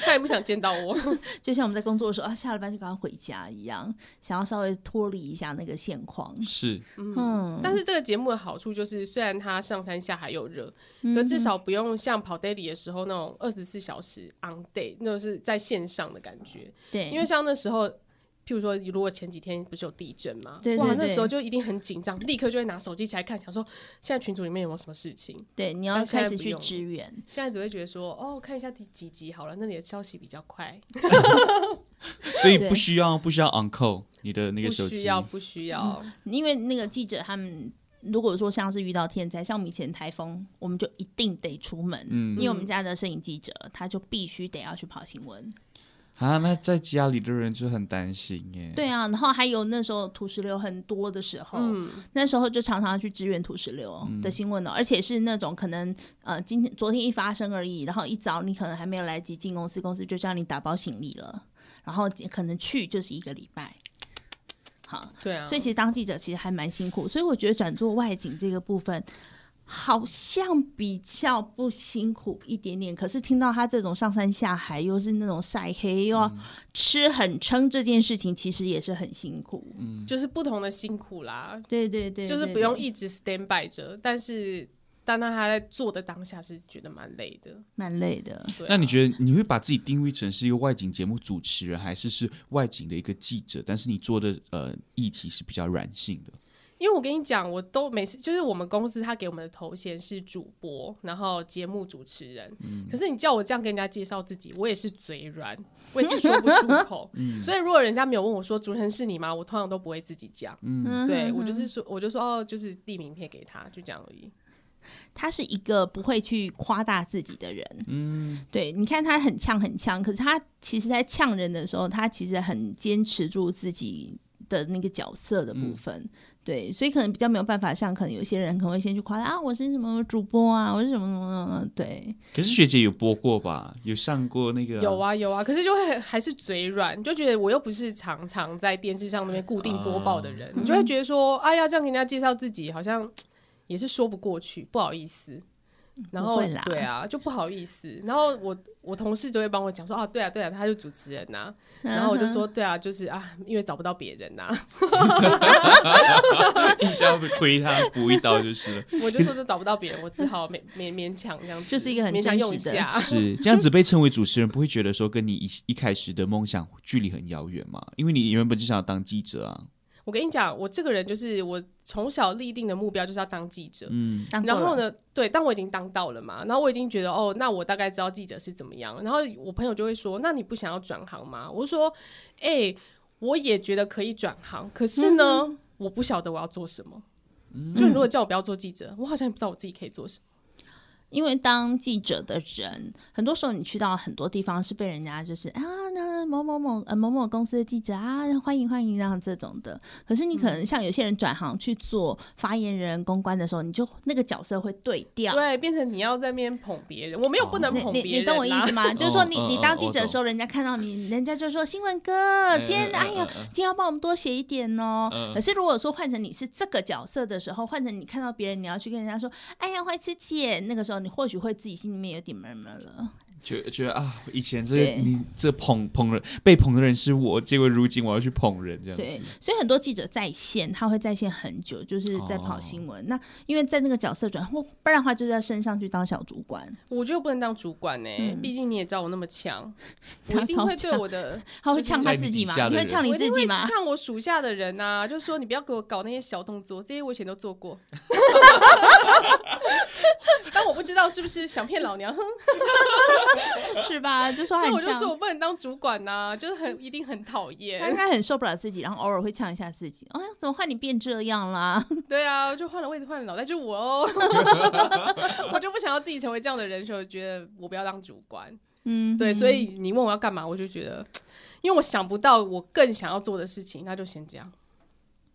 Speaker 1: 他也不想见到我。
Speaker 2: 就像我们在工作的时候啊，下了班就赶快回家一样，想要稍微脱离一下那个现况。
Speaker 3: 是
Speaker 2: 嗯，
Speaker 1: 但是这个节目的好处就是，虽然它上山下海又热，可
Speaker 2: 嗯
Speaker 1: 至少不用像跑 daily 的时候那种二十四小时 on day，那是在线上的感觉。
Speaker 2: 嗯对，
Speaker 1: 因为像那时候，譬如说，如果前几天不是有地震嘛，
Speaker 2: 对对
Speaker 1: 哇，
Speaker 2: 对
Speaker 1: 那时候就一定很紧张，立刻就会拿手机起来看，想说现在群组里面有没有什么事情。
Speaker 2: 对你要
Speaker 1: 但现
Speaker 2: 开
Speaker 1: 在
Speaker 2: 始
Speaker 1: 不
Speaker 2: 去
Speaker 1: 用
Speaker 2: 支援，
Speaker 1: 现在只会觉得说，哦，看一下第几集好了，那里的消息比较快，
Speaker 3: 所以
Speaker 2: 对
Speaker 3: 不需要不需要 uncle 嗯 你的那个
Speaker 1: 不
Speaker 3: 手
Speaker 1: 需
Speaker 3: 机，
Speaker 1: 要，不需要。
Speaker 2: 因为那个记者他们。如果说像是遇到天灾，像我们以前台风，我们就一定得出门，
Speaker 3: 嗯
Speaker 2: 因为我们家的摄影记者他就必须得要去跑新闻。
Speaker 3: 啊，那在家里的人就很担心耶。
Speaker 2: 对啊，然后还有那时候土石流很多的时候，那时候就常常去支援土石流的新闻哦，而且是那种可能呃今天昨天一发生而已，然后一早你可能还没有来得及进公司，公司就叫你打包行李了，然后可能去就是一个礼拜。好，
Speaker 1: 对啊，
Speaker 2: 所以其实当记者其实还蛮辛苦，所以我觉得转做外景这个部分。好像比较不辛苦一点点，可是听到他这种上山下海，又是那种晒黑，又
Speaker 1: 嗯
Speaker 2: 要吃很撑这件事情，其实也是很辛苦。
Speaker 1: 就是不同的辛苦啦，
Speaker 2: 对对
Speaker 1: 嗯
Speaker 2: 对
Speaker 1: 就是
Speaker 2: 对
Speaker 1: 不用
Speaker 2: 对
Speaker 1: 一直 stand by 着，但是但当他在做的当下是觉得蛮累的。
Speaker 2: 蛮累的。
Speaker 1: 对啊、
Speaker 3: 那你觉得你会把自己定位成是一个外景节目主持人，还是是外景的一个记者？但是你做的呃议题是比较软性的，
Speaker 1: 因为我跟你讲，我都每次就是我们公司他给我们的头衔是主播，然后节目主持人。
Speaker 3: 嗯
Speaker 1: 可是你叫我这样跟人家介绍自己，我也是嘴 软，我也是说不出口。
Speaker 3: 嗯
Speaker 1: 所以如果人家没有问我说主持人是你吗，我通常都不会自己讲。
Speaker 2: 嗯
Speaker 1: 对我就是说，我就说哦，就是递名片给他，就这样而已。
Speaker 2: 他是一个不会去夸大自己的人。嗯，对，你看他很呛很呛，可是他其实在呛人的时候，他其实很坚持住自己的那个角色的
Speaker 1: 嗯
Speaker 2: 部分。对，所以可能比较没有办法像可能有些人可能会先去夸他啊，我是什么主播啊，我是什么什么什么，对，
Speaker 3: 可是学姐有播过吧？有上过那个、
Speaker 1: 有， 啊有啊，可是就会很还是嘴软，就觉得我又不是常常在电视上那边固定播报的人，你就啊会觉得说，哎呀，这样给人家介绍自己好像也是说不过去，不好意思。然后
Speaker 2: 嗯会啦
Speaker 1: 对啊，就不好意思。然后我我同事就会帮我讲说啊，对啊对啊，他就主持人呐、
Speaker 2: 嗯
Speaker 1: 然后我就说对啊，就是啊，因为找不到别人啊呐、
Speaker 3: 一下会推他补一刀就 是了。
Speaker 1: 我就说都找不到别人，我只好勉 勉勉强这样子，
Speaker 2: 就是一个很
Speaker 1: 勉强
Speaker 2: 真
Speaker 1: 用一
Speaker 2: 实的
Speaker 1: 下。
Speaker 3: 是这样子被称为主持人，不会觉得说跟你一一开始的梦想距离很遥远吗？因为你原本就想要当记者啊。
Speaker 1: 我跟你讲，我这个人就是我从小立定的目标就是要当记者。
Speaker 3: 嗯，
Speaker 2: 当
Speaker 1: 然
Speaker 2: 够
Speaker 1: 后
Speaker 2: 了？
Speaker 1: 呢，对，但我已经当到了嘛，然后我已经觉得哦，那我大概知道记者是怎么样。然后我朋友就会说，那你不想要转行吗？我就说，哎、我也觉得可以转行，可是
Speaker 2: 嗯
Speaker 1: 呢，我不晓得我要做什么。就如果叫我不要做记者，我好像也不知道我自己可以做什么。
Speaker 2: 因为当记者的人，很多时候你去到很多地方是被人家就是啊，那某某某呃某某公司的记者啊，欢迎欢迎，然后这种的。可是你可
Speaker 1: 嗯
Speaker 2: 能像有些人转行去做发言人、公关的时候，你就那个角色会对调。
Speaker 1: 对，变成你要在那边捧别人，我没有不能
Speaker 2: 哦你
Speaker 1: 捧
Speaker 2: 你
Speaker 1: 别人、啊
Speaker 2: 你懂我意思吗？就是说你
Speaker 3: 哦
Speaker 2: 你
Speaker 3: 哦
Speaker 2: 当
Speaker 3: 哦
Speaker 2: 记
Speaker 3: 我
Speaker 2: 者的时候，人家看到你，人家就说新闻哥，今天哎呀，今天要帮我们多写一点哦。
Speaker 3: 嗯
Speaker 2: 可是如果说换成你是这个角色的时候，换成你看到别人，你要去跟人家说，哎呀，怀慈姐，那个时候你或许会自己心里面有点闷闷了。
Speaker 3: 觉觉得啊，以前这
Speaker 2: 对
Speaker 3: 你这捧捧人被捧的人是我，结果如今我要去捧人这样子。
Speaker 2: 对，所以很多记者在线，他会在线很久，就是在
Speaker 3: 哦
Speaker 2: 跑新闻。那因为在那个角色转换，不然的话就是要升上去当小主管，
Speaker 1: 我觉得我不能当主管呢、欸
Speaker 2: 嗯
Speaker 1: 毕竟你也知道我那么强，
Speaker 2: 他
Speaker 1: 我一定会
Speaker 2: 超
Speaker 1: 对我的
Speaker 2: 他会
Speaker 1: 就是
Speaker 2: 呛他
Speaker 3: 在你
Speaker 2: 自
Speaker 3: 底
Speaker 2: 己吗
Speaker 3: 下？的
Speaker 2: 你会
Speaker 3: 人
Speaker 2: 呛你
Speaker 1: 我一
Speaker 2: 自
Speaker 1: 定
Speaker 2: 己
Speaker 1: 会
Speaker 2: 吗？
Speaker 1: 呛我属下的人呐、就说你不要给我搞那些小动作，这些我以前都做过。 但我不知道是不是想骗老娘，哼
Speaker 2: 是吧？就说
Speaker 1: 所
Speaker 2: 他
Speaker 1: 以
Speaker 2: 很
Speaker 1: 我就
Speaker 2: 呛
Speaker 1: 说我不能当主管呐、就是很一定很讨
Speaker 2: 他应
Speaker 1: 厌。
Speaker 2: 该很受不了自己，然后偶尔会呛一下自己。哎呀，怎么换你变这样啦？
Speaker 1: 对啊，就换了位置，换了脑袋，就是我哦。 我就不想要自己成为这样的人，所以我觉得我不要当主管。
Speaker 2: 嗯，
Speaker 1: 对，所以你问我要干嘛，我就觉得，因为我想不到我更想要做的事情，那就先这样。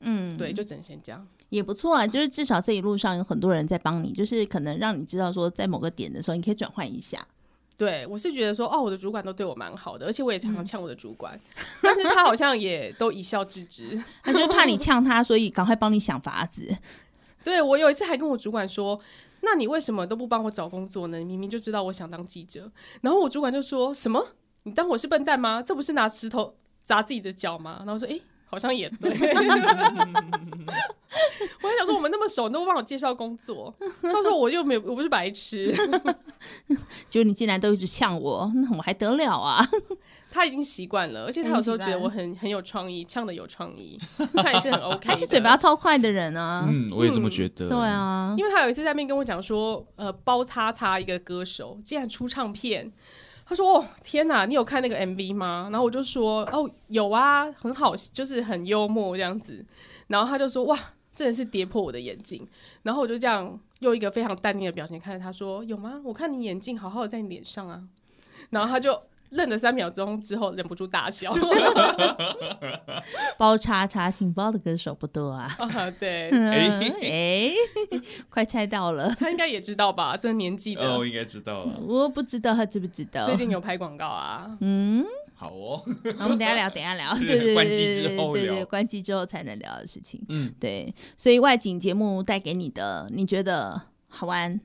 Speaker 2: 嗯，
Speaker 1: 对，就只能先这样。
Speaker 2: 也不错啊。就是至少这一路上有很多人在帮你，就是可能让你知道说，在某个点的时候，你可以转换一下。
Speaker 1: 对，我是觉得说，哦，我的主管都对我蛮好的，而且我也常常呛我的主管，但是他好像也都一笑置之。
Speaker 2: 他就是怕你呛他，所以赶快帮你想法子。
Speaker 1: 对我有一次还跟我主管说。那你为什么都不帮我找工作呢？你明明就知道我想当记者。然后我主管就说什么？你当我是笨蛋吗？这不是拿石头砸自己的脚吗？然后我说，诶，好像也对。 我还想说，我们那么熟，你都不帮我介绍工作。他说，我又没有，我不是白痴。
Speaker 2: 结果你竟然都一直呛我，那我还得了啊？
Speaker 1: 他已经习惯了，而
Speaker 2: 哎
Speaker 1: 且他有时候觉得我很很有创意，呛的有创意， 他也是很 OK。
Speaker 2: 他是嘴巴，超快的人啊。
Speaker 3: 嗯，我也这么觉得。
Speaker 2: 对，啊，
Speaker 1: 因为他有一次在面跟我讲说，呃，包叉叉一个歌手竟然出唱片，他说：“哦，天哪，你有看那个 MV 吗？”然后我就说：“哦，有啊，很好，就是很幽默这样子。”然后他就说：“哇，真的是跌破我的眼镜。”然后我就这样用一个非常淡定的表情看着他说：“有吗？我看你眼镜好好的在你脸上啊。”然后他就愣了三秒钟之后，忍不住大 笑。
Speaker 2: 包叉叉姓包的歌手不多 啊。
Speaker 1: 啊，对，
Speaker 2: 哎、 快猜到了，
Speaker 1: 他应该也知道吧？这年纪的，
Speaker 3: 哦，我应该知道了。
Speaker 2: 我不知道他知不知道。
Speaker 1: 最近有拍广告啊。
Speaker 2: 嗯，
Speaker 3: 好哦，
Speaker 2: 好我们等一下聊，等一下聊，对
Speaker 3: 对
Speaker 2: 对对
Speaker 3: 关
Speaker 2: 对
Speaker 3: 机
Speaker 2: 对
Speaker 3: 之后
Speaker 2: 对对
Speaker 3: 聊
Speaker 2: 关机之后才能聊的事情。
Speaker 3: 嗯，
Speaker 2: 对，所以外景节目带给你的，你觉得好玩，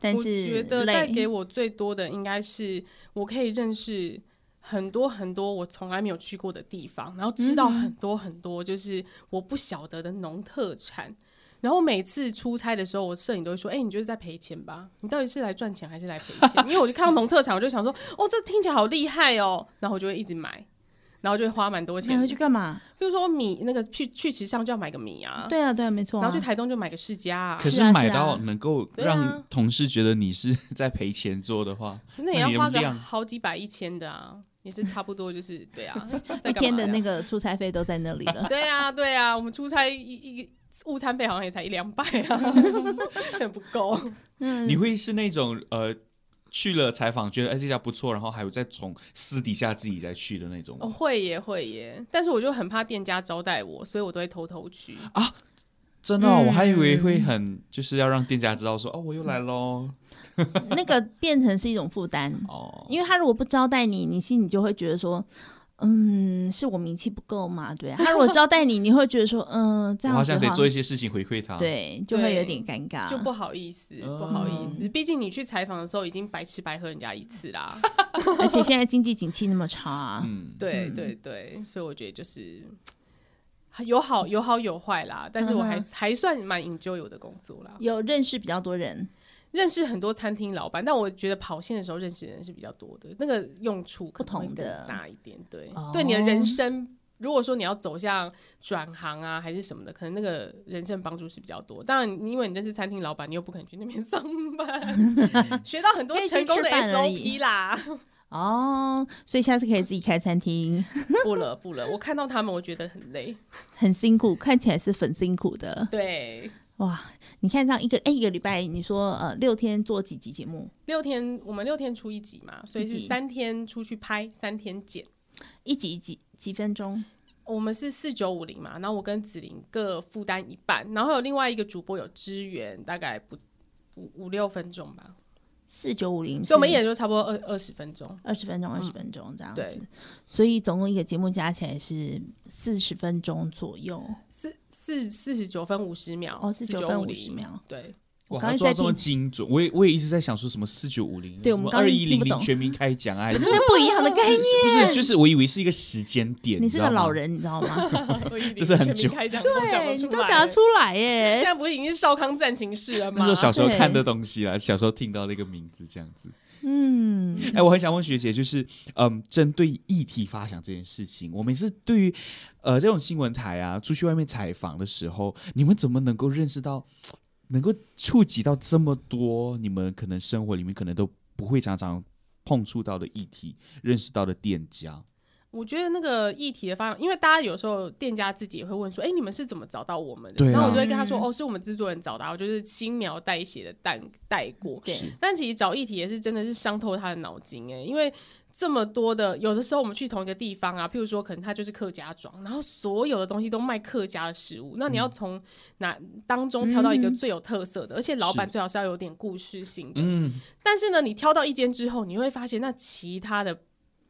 Speaker 2: 但
Speaker 1: 我觉
Speaker 2: 是
Speaker 1: 得带给
Speaker 2: 累，
Speaker 1: 我最多的应该是我可以认识很多很多我从来没有去过的地方，然后知道很多很多就是我不晓得的农特产。然后每次出差的时候，我摄影都会说：“哎、你就是在赔钱吧？你到底是来赚钱还是来赔钱？”因为我就看到农特产，我就想说：“哦，这听起来好厉害哦！”然后我就会一直买，然后就会花蛮多
Speaker 2: 你
Speaker 1: 钱
Speaker 2: 回。去干嘛？
Speaker 1: 比如说米，那个去去池上就要买个米啊，
Speaker 2: 对啊，对啊，没错、啊。
Speaker 1: 然后去台东就买个世家、啊，
Speaker 3: 可
Speaker 2: 是啊
Speaker 3: 买
Speaker 2: 是啊
Speaker 3: 到能够
Speaker 1: 对啊
Speaker 3: 让同事觉得你是 在赔钱做的话，
Speaker 1: 那也要花
Speaker 3: 那你
Speaker 1: 个
Speaker 3: 量
Speaker 1: 好几百一千的啊，也是差不多就是对啊，在
Speaker 2: 一
Speaker 1: 干
Speaker 2: 天
Speaker 1: 嘛
Speaker 2: 的
Speaker 1: 呀
Speaker 2: 那个出差费都在那里 了。
Speaker 1: 对啊对啊，我们出差一一一午餐费好像也才一两百啊， 很不够。
Speaker 2: 嗯，
Speaker 3: 你会是那种呃去了采访觉得哎这家不错，然后还有再从私底下自己再去的那种吗。
Speaker 1: 哦，会耶会耶，但是我就很怕店家招待我，所以我都会偷偷去。
Speaker 3: 真的哦、
Speaker 2: 嗯
Speaker 3: 我还以为会很就是要让店家知道说哦我又来喽
Speaker 2: 那个变成是一种负担，
Speaker 3: 哦，
Speaker 2: 嗯因为他如果不招待你，你心里就会觉得说，嗯，是我名气不够嘛？对啊，他如果招待你，你会觉得说，嗯，这
Speaker 3: 我
Speaker 2: 样
Speaker 3: 好
Speaker 2: 子
Speaker 3: 像得啊
Speaker 2: 好
Speaker 3: 做一些事情回馈他。，
Speaker 2: 对，就会有
Speaker 1: 对
Speaker 2: 点尴尬，
Speaker 1: 就不好意思，不好意思，毕竟你去采访的时候已经白吃白喝人家一次啦。
Speaker 2: 而且现在经济景气那么差，
Speaker 3: 嗯，
Speaker 1: 对对对，所以我觉得就是有好有好有坏啦，但是我还、
Speaker 2: 嗯
Speaker 1: 还算蛮 enjoy 我的工作啦。
Speaker 2: 有认识比较多人，
Speaker 1: 认识很多餐厅老板，但我觉得跑线的时候认识的人是比较多的，那个用处可能会
Speaker 2: 不同
Speaker 1: 更
Speaker 2: 的
Speaker 1: 大一点。对，
Speaker 2: 哦
Speaker 1: 对你的人生，如果说你要走向转行啊还是什么的，可能那个人生帮助是比较多。当然，你因为你认识餐厅老板，你又不肯去那边上班， 学到很多
Speaker 2: 可以去
Speaker 1: 成功的
Speaker 2: 吃饭而已
Speaker 1: SOP 啦。
Speaker 2: 哦，所以下次可以自己开餐厅，
Speaker 1: 不了不了，我看到他们，我觉得很累。
Speaker 2: 很辛苦，看起来是很辛苦的，
Speaker 1: 对，
Speaker 2: 哇！你看这样一个，哎、一个礼拜，你说呃六天做几集节目？
Speaker 1: 六天我们六天出一集嘛，所以
Speaker 2: 一
Speaker 1: 是
Speaker 2: 集
Speaker 1: 三天出去拍，三天剪。
Speaker 2: 一集几几分钟？
Speaker 1: 我们是四九五零嘛，然后我跟子玲各负担一半，然后有另外一个主播有支援，大概不五五六分钟吧，
Speaker 2: 四九五零，
Speaker 1: 所以我们一演就差不多二二十分钟。
Speaker 2: 二十分钟，二十分钟这样子
Speaker 1: 对，
Speaker 2: 所以总共一个节目加起来是四十分钟左右。
Speaker 1: 四四四十九分五十秒，
Speaker 2: 哦49分
Speaker 1: 4950
Speaker 2: 50秒，
Speaker 1: 对，
Speaker 2: 我
Speaker 3: 哇，
Speaker 2: 刚
Speaker 3: 他
Speaker 2: 才
Speaker 3: 做
Speaker 2: 在
Speaker 3: 到这么
Speaker 2: 听，
Speaker 3: 精准，我也我也一直在想说什么四九五零，
Speaker 2: 对我们刚
Speaker 3: 二
Speaker 2: 刚
Speaker 3: 一
Speaker 2: 听
Speaker 3: 零
Speaker 2: 不懂
Speaker 3: 零全民开讲啊，还
Speaker 2: 可
Speaker 3: 是
Speaker 2: 哎是
Speaker 3: 什么
Speaker 2: 那不一样的概念。
Speaker 3: 不是就是我以为是一个时间点，
Speaker 2: 你是
Speaker 3: 知
Speaker 2: 个
Speaker 3: 道吗
Speaker 2: 老，人，你知道 吗？
Speaker 1: 哦
Speaker 3: 就是很
Speaker 1: 全民
Speaker 3: 久 哎
Speaker 1: 开讲，都讲得
Speaker 2: 你
Speaker 1: 出
Speaker 2: 都
Speaker 1: 来
Speaker 2: 讲得出来耶
Speaker 1: 现！在不是已经是少康战情室了吗？
Speaker 3: 那时候小时候
Speaker 2: 对
Speaker 3: 看的东西啦，小时候听到那个名字这样子。
Speaker 2: 嗯，
Speaker 3: 哎，我很想问学姐，就是嗯，针对议题发想这件事情，我们是对于呃这种新闻台啊，出去外面采访的时候，你们怎么能够认识到，能够触及到这么多你们可能生活里面可能都不会常常碰触到的议题，认识到的店家？
Speaker 1: 我觉得那个议题的发展，因为大家有时候店家自己也会问说：“哎、你们是怎么找到我们的？”
Speaker 3: 对啊
Speaker 1: 然后我就会跟他说：“
Speaker 2: 嗯
Speaker 1: 哦，是我们制作人找的啊，我就是轻描淡写的带带过。
Speaker 2: 对，”
Speaker 1: 但其实找议题也是真的是伤透他的脑筋哎、因为这么多的，有的时候我们去同一个地方啊，譬如说可能他就是客家庄，然后所有的东西都卖客家的食物，那你
Speaker 3: 嗯
Speaker 1: 要从哪当中挑到一个
Speaker 2: 嗯
Speaker 1: 最有特色的，而且老板
Speaker 3: 是
Speaker 1: 最好是要有点故事性的，
Speaker 3: 嗯，
Speaker 1: 但是呢，你挑到一间之后，你会发现那其他的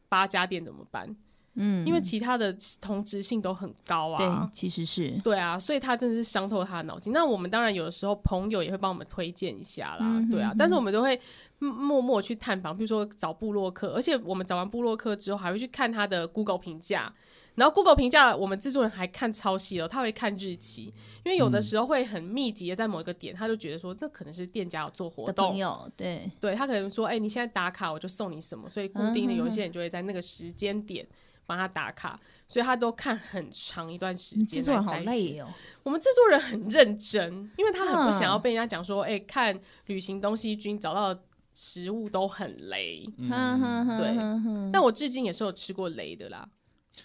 Speaker 1: 八家店怎么办？
Speaker 2: 嗯，
Speaker 1: 因为其他的同质性都很高
Speaker 2: 对
Speaker 1: 啊，。
Speaker 2: 其实是
Speaker 1: 对啊，所以他真的是伤透他的脑筋。那我们当然有的时候朋友也会帮我们推荐一下啦，
Speaker 2: 嗯哼
Speaker 1: 对啊。但是我们都会默默默去探访，比如说找部落客，而且我们找完部落客之后，还会去看他的 Google 评价。然后 Google 评价，我们制作人还看超细哦，他会看日期，因为有
Speaker 2: 嗯
Speaker 1: 的时候会很密集的在某一个点，他就觉得说那可能是店家有做活
Speaker 2: 的
Speaker 1: 动
Speaker 2: 朋，友，对，
Speaker 1: 对他可能说，哎、你现在打卡，我就送你什么。所以固定的
Speaker 2: 嗯
Speaker 1: 有一些人就会在那个时间点帮他打卡，所以他都看很长一段时
Speaker 2: 你制
Speaker 1: 间
Speaker 2: 作
Speaker 1: 来
Speaker 2: 人好
Speaker 1: 筛选。
Speaker 2: 累哦。
Speaker 1: 我们制作人很认真，因为他很不想要
Speaker 2: 嗯
Speaker 1: 被人家讲说，哎、看旅行东西君找到的食物都很雷。
Speaker 2: 哼哼哼
Speaker 1: 对
Speaker 2: 哼哼
Speaker 1: 但我至今也是有吃过雷的啦。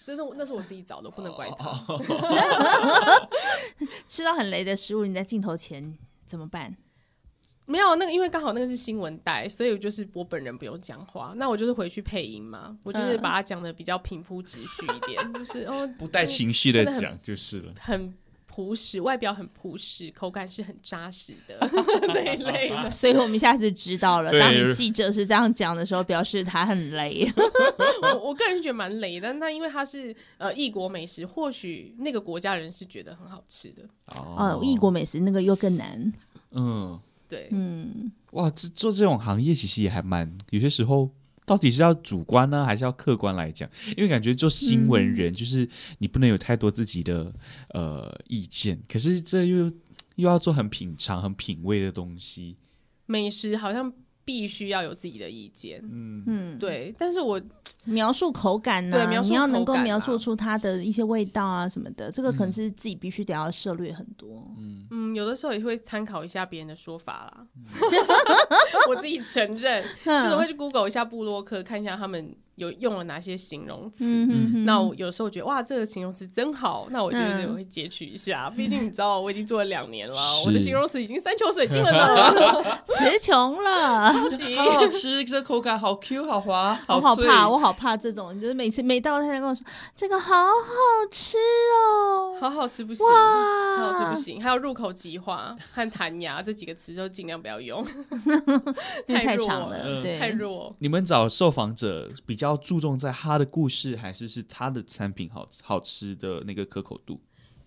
Speaker 1: 这是我那是我自己找的，不能怪他。
Speaker 2: 吃到很雷的食物，你在镜头前怎么办？
Speaker 1: 没有那个，因为刚好那个是新闻带，所以我就是我本人不用讲话，那我就是回去配音嘛，我就是
Speaker 2: 嗯
Speaker 1: 把它讲的比较平铺直叙一点，就是哦，
Speaker 3: 不带
Speaker 1: 就是
Speaker 3: 情绪的
Speaker 1: 真的很
Speaker 3: 讲就是了。
Speaker 1: 很朴实，外表很朴实，口感是很扎实的 这一类 的。
Speaker 2: 所以我们下次知道了，
Speaker 3: 对
Speaker 2: 当你记者是这样讲的时候，表示他很雷。
Speaker 1: 我我个人是觉得蛮雷的，但那因为它是呃异国美食，或许那个国家人是觉得很好吃的。 呃
Speaker 2: 哦，异国美食那个又更难。
Speaker 3: 嗯，
Speaker 1: 对，
Speaker 2: 嗯，
Speaker 3: 哇，这做这种行业其实也还蛮，有些时候到底是要主观呢，还是要客观来讲？因为感觉做新闻人，就是你不能有太多自己的呃意见，可是这又又要做很品尝、很品味的东西。
Speaker 1: 美食好像必须要有自己的意见。嗯
Speaker 2: 嗯
Speaker 1: 对。但是我
Speaker 2: 描述口感呢、
Speaker 1: 对描述
Speaker 2: 你要能
Speaker 1: 口
Speaker 2: 够
Speaker 1: 感啊
Speaker 2: 描述出它的一些味道啊什么的，这个可能是自己必须得要涉略很多。
Speaker 1: 嗯有的时候也会参考一下别人的说法 啦，我自己承认，
Speaker 2: 嗯
Speaker 1: 就是会去 Google 一下部落客，看一下他们有用了哪些形容词。
Speaker 2: 嗯哼
Speaker 1: 那我有时候觉得哇，这个形容词真好，那我就
Speaker 2: 嗯
Speaker 1: 是会截取一下。毕竟你知道，我已经做了两年了，
Speaker 3: 是
Speaker 1: 我的形容词已经山穷水尽了呢。
Speaker 2: 词穷了，
Speaker 1: 超 级
Speaker 3: 嗯好好吃，这口感好 Q，好滑，
Speaker 2: 我好
Speaker 3: 脆
Speaker 2: 怕，我好怕这种，就是每次每到他在跟我说这个好好吃哦，
Speaker 1: 好好吃不行，
Speaker 2: 哇，
Speaker 1: 好好吃不行。还有入口即化和弹牙这几个词就尽量不要用，
Speaker 2: 因为太
Speaker 1: 弱
Speaker 2: 长了，
Speaker 3: 嗯
Speaker 2: 对，
Speaker 1: 太弱。
Speaker 3: 你们找受访者比较注重在他的故事，还是是他的产品好好吃的那个可口度？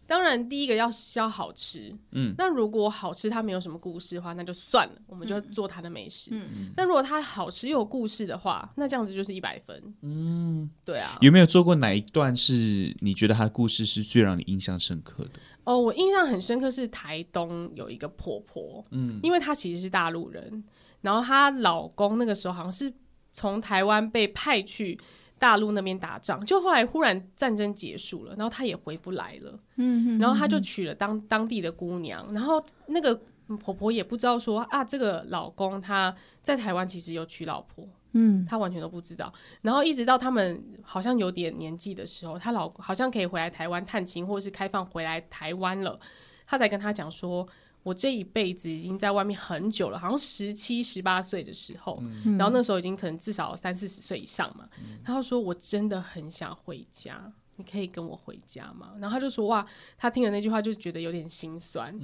Speaker 1: 当然，第一个要是要好吃，
Speaker 3: 嗯
Speaker 1: 嗯，那如果好吃它没有什么故事的话，那就算了，我们就做它的美食。
Speaker 2: 嗯
Speaker 1: 嗯，那如果它好吃又有故事的话，那这样子就是一百分。嗯，对啊。
Speaker 3: 有没有做过哪一段是你觉得他的故事是最让你印象深刻的？
Speaker 1: 哦，我印象很深刻是台东有一个婆婆，嗯，因为她其实是大陆人，然后她老公那个时候好像是从台湾被派去大陆那边打仗，就后来忽然战争结束了，然后她也回不来了，嗯然后她就娶了当当地的姑娘，然后那个婆婆也不知道说啊，这个老公他在台湾其实有娶老婆，
Speaker 2: 嗯，
Speaker 1: 她完全都不知道。然后一直到他们好像有点年纪的时候，她老好像可以回来台湾探亲，或者是开放回来台湾了，她才跟她讲说。我这一辈子已经在外面很久了，好像十七、十八岁的时候，
Speaker 2: 嗯
Speaker 1: 然后那时候已经可能至少三四十岁以上嘛。她就说：“我真的很想回家，你可以跟我回家吗？”然后她就说：“哇，她听了那句话就觉得有点心酸。”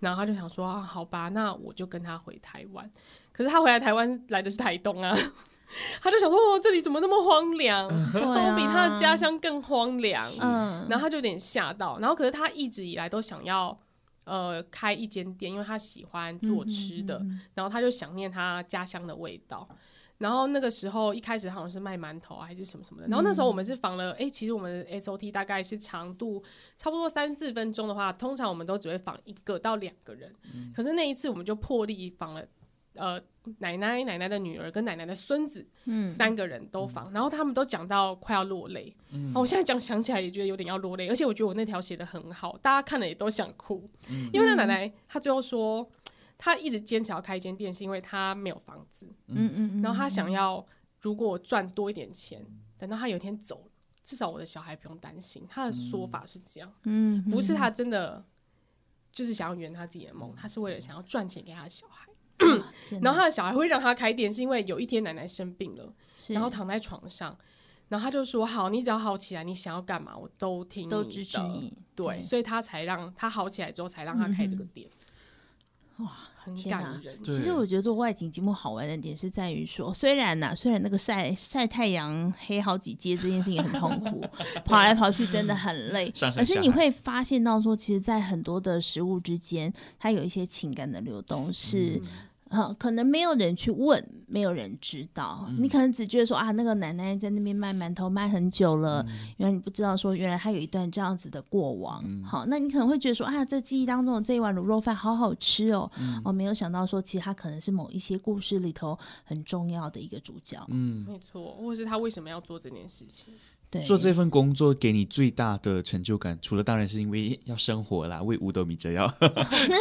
Speaker 1: 然后她就想说：“啊，好吧，那我就跟她回台湾。”可是她回来台湾来的是台东啊， 他就想说，哦，这里怎么那么荒凉？
Speaker 2: 对
Speaker 1: 我
Speaker 2: 啊，
Speaker 1: 比他的家乡更荒凉。
Speaker 2: 嗯，
Speaker 1: 然后他就有点吓到，然后可是他一直以来都想要。呃，开一间店，因为他喜欢做吃的，然后他就想念他家乡的味道。然后那个时候一开始好像是卖馒头啊，还是什么什么的。然后那时候我们是访了，诶，其实我们的 SOT 大概是长度差不多三四分钟的话，通常我们都只会访一个到两个人。可是那一次我们就破例访了，呃，奶奶、奶奶的女儿跟奶奶的孙子，
Speaker 2: 嗯
Speaker 1: 三个人都访，然后他们都讲到快要落泪。
Speaker 2: 嗯
Speaker 1: 哦，我现在讲想起来也觉得有点要落泪，而且我觉得我那条写的很好，大家看了也都想哭，
Speaker 2: 嗯
Speaker 1: 因为那奶奶她最后说，她一直坚持要开一间店，是因为她没有房子，
Speaker 2: 嗯嗯，
Speaker 1: 然后她想要如果我赚多一点钱，等到她有一天走了，至少我的小孩不用担心。她的说法是这样，
Speaker 2: 嗯，
Speaker 1: 不 是她真的就是想要圆她自己的
Speaker 2: 嗯
Speaker 1: 梦，她是为了想要赚钱给她的小孩。然后她的小孩会让她开店，是因为有一天奶奶生病了。
Speaker 2: 是
Speaker 1: 然后躺在床上，然后他就说：“好，你只要好起来，你想要干嘛，我都听
Speaker 2: 都
Speaker 1: 你
Speaker 2: 支持
Speaker 1: 的
Speaker 2: 你，嗯
Speaker 1: 对，所以他才让他好起来之后，才让他开这个店。哇，很
Speaker 2: 天哪
Speaker 1: 感人。
Speaker 3: 对
Speaker 2: 其实我觉得做外景节目好玩的点是在于说，虽然呐、虽然那个晒晒太阳黑好几阶这件事情很痛苦，跑来跑去真的很累
Speaker 3: 上，山
Speaker 2: 可是
Speaker 3: 下
Speaker 2: 你
Speaker 3: 海
Speaker 2: 会发现到说，其实，在很多的食物之间，它有一些情感的流动是。嗯，可能没有人去问，没有人知道。你
Speaker 3: 嗯
Speaker 2: 可能只觉得说啊，那个奶奶在那边卖馒头卖很久了，
Speaker 3: 嗯
Speaker 2: 原来你不知道说，原来她有一段这样子的过往。好，那你可能会觉得说啊，这记忆当中的这一碗卤肉饭好好吃哦。
Speaker 3: 嗯
Speaker 2: 哦，没有想到说，其实它可能是某一些故事里头很重要的一个主角。
Speaker 3: 嗯
Speaker 1: 没错，或是他为什么要做这件事情？
Speaker 2: 对，
Speaker 3: 做这份工作给你最大的成就感，除了当然是因为要生活啦， 为五斗米折腰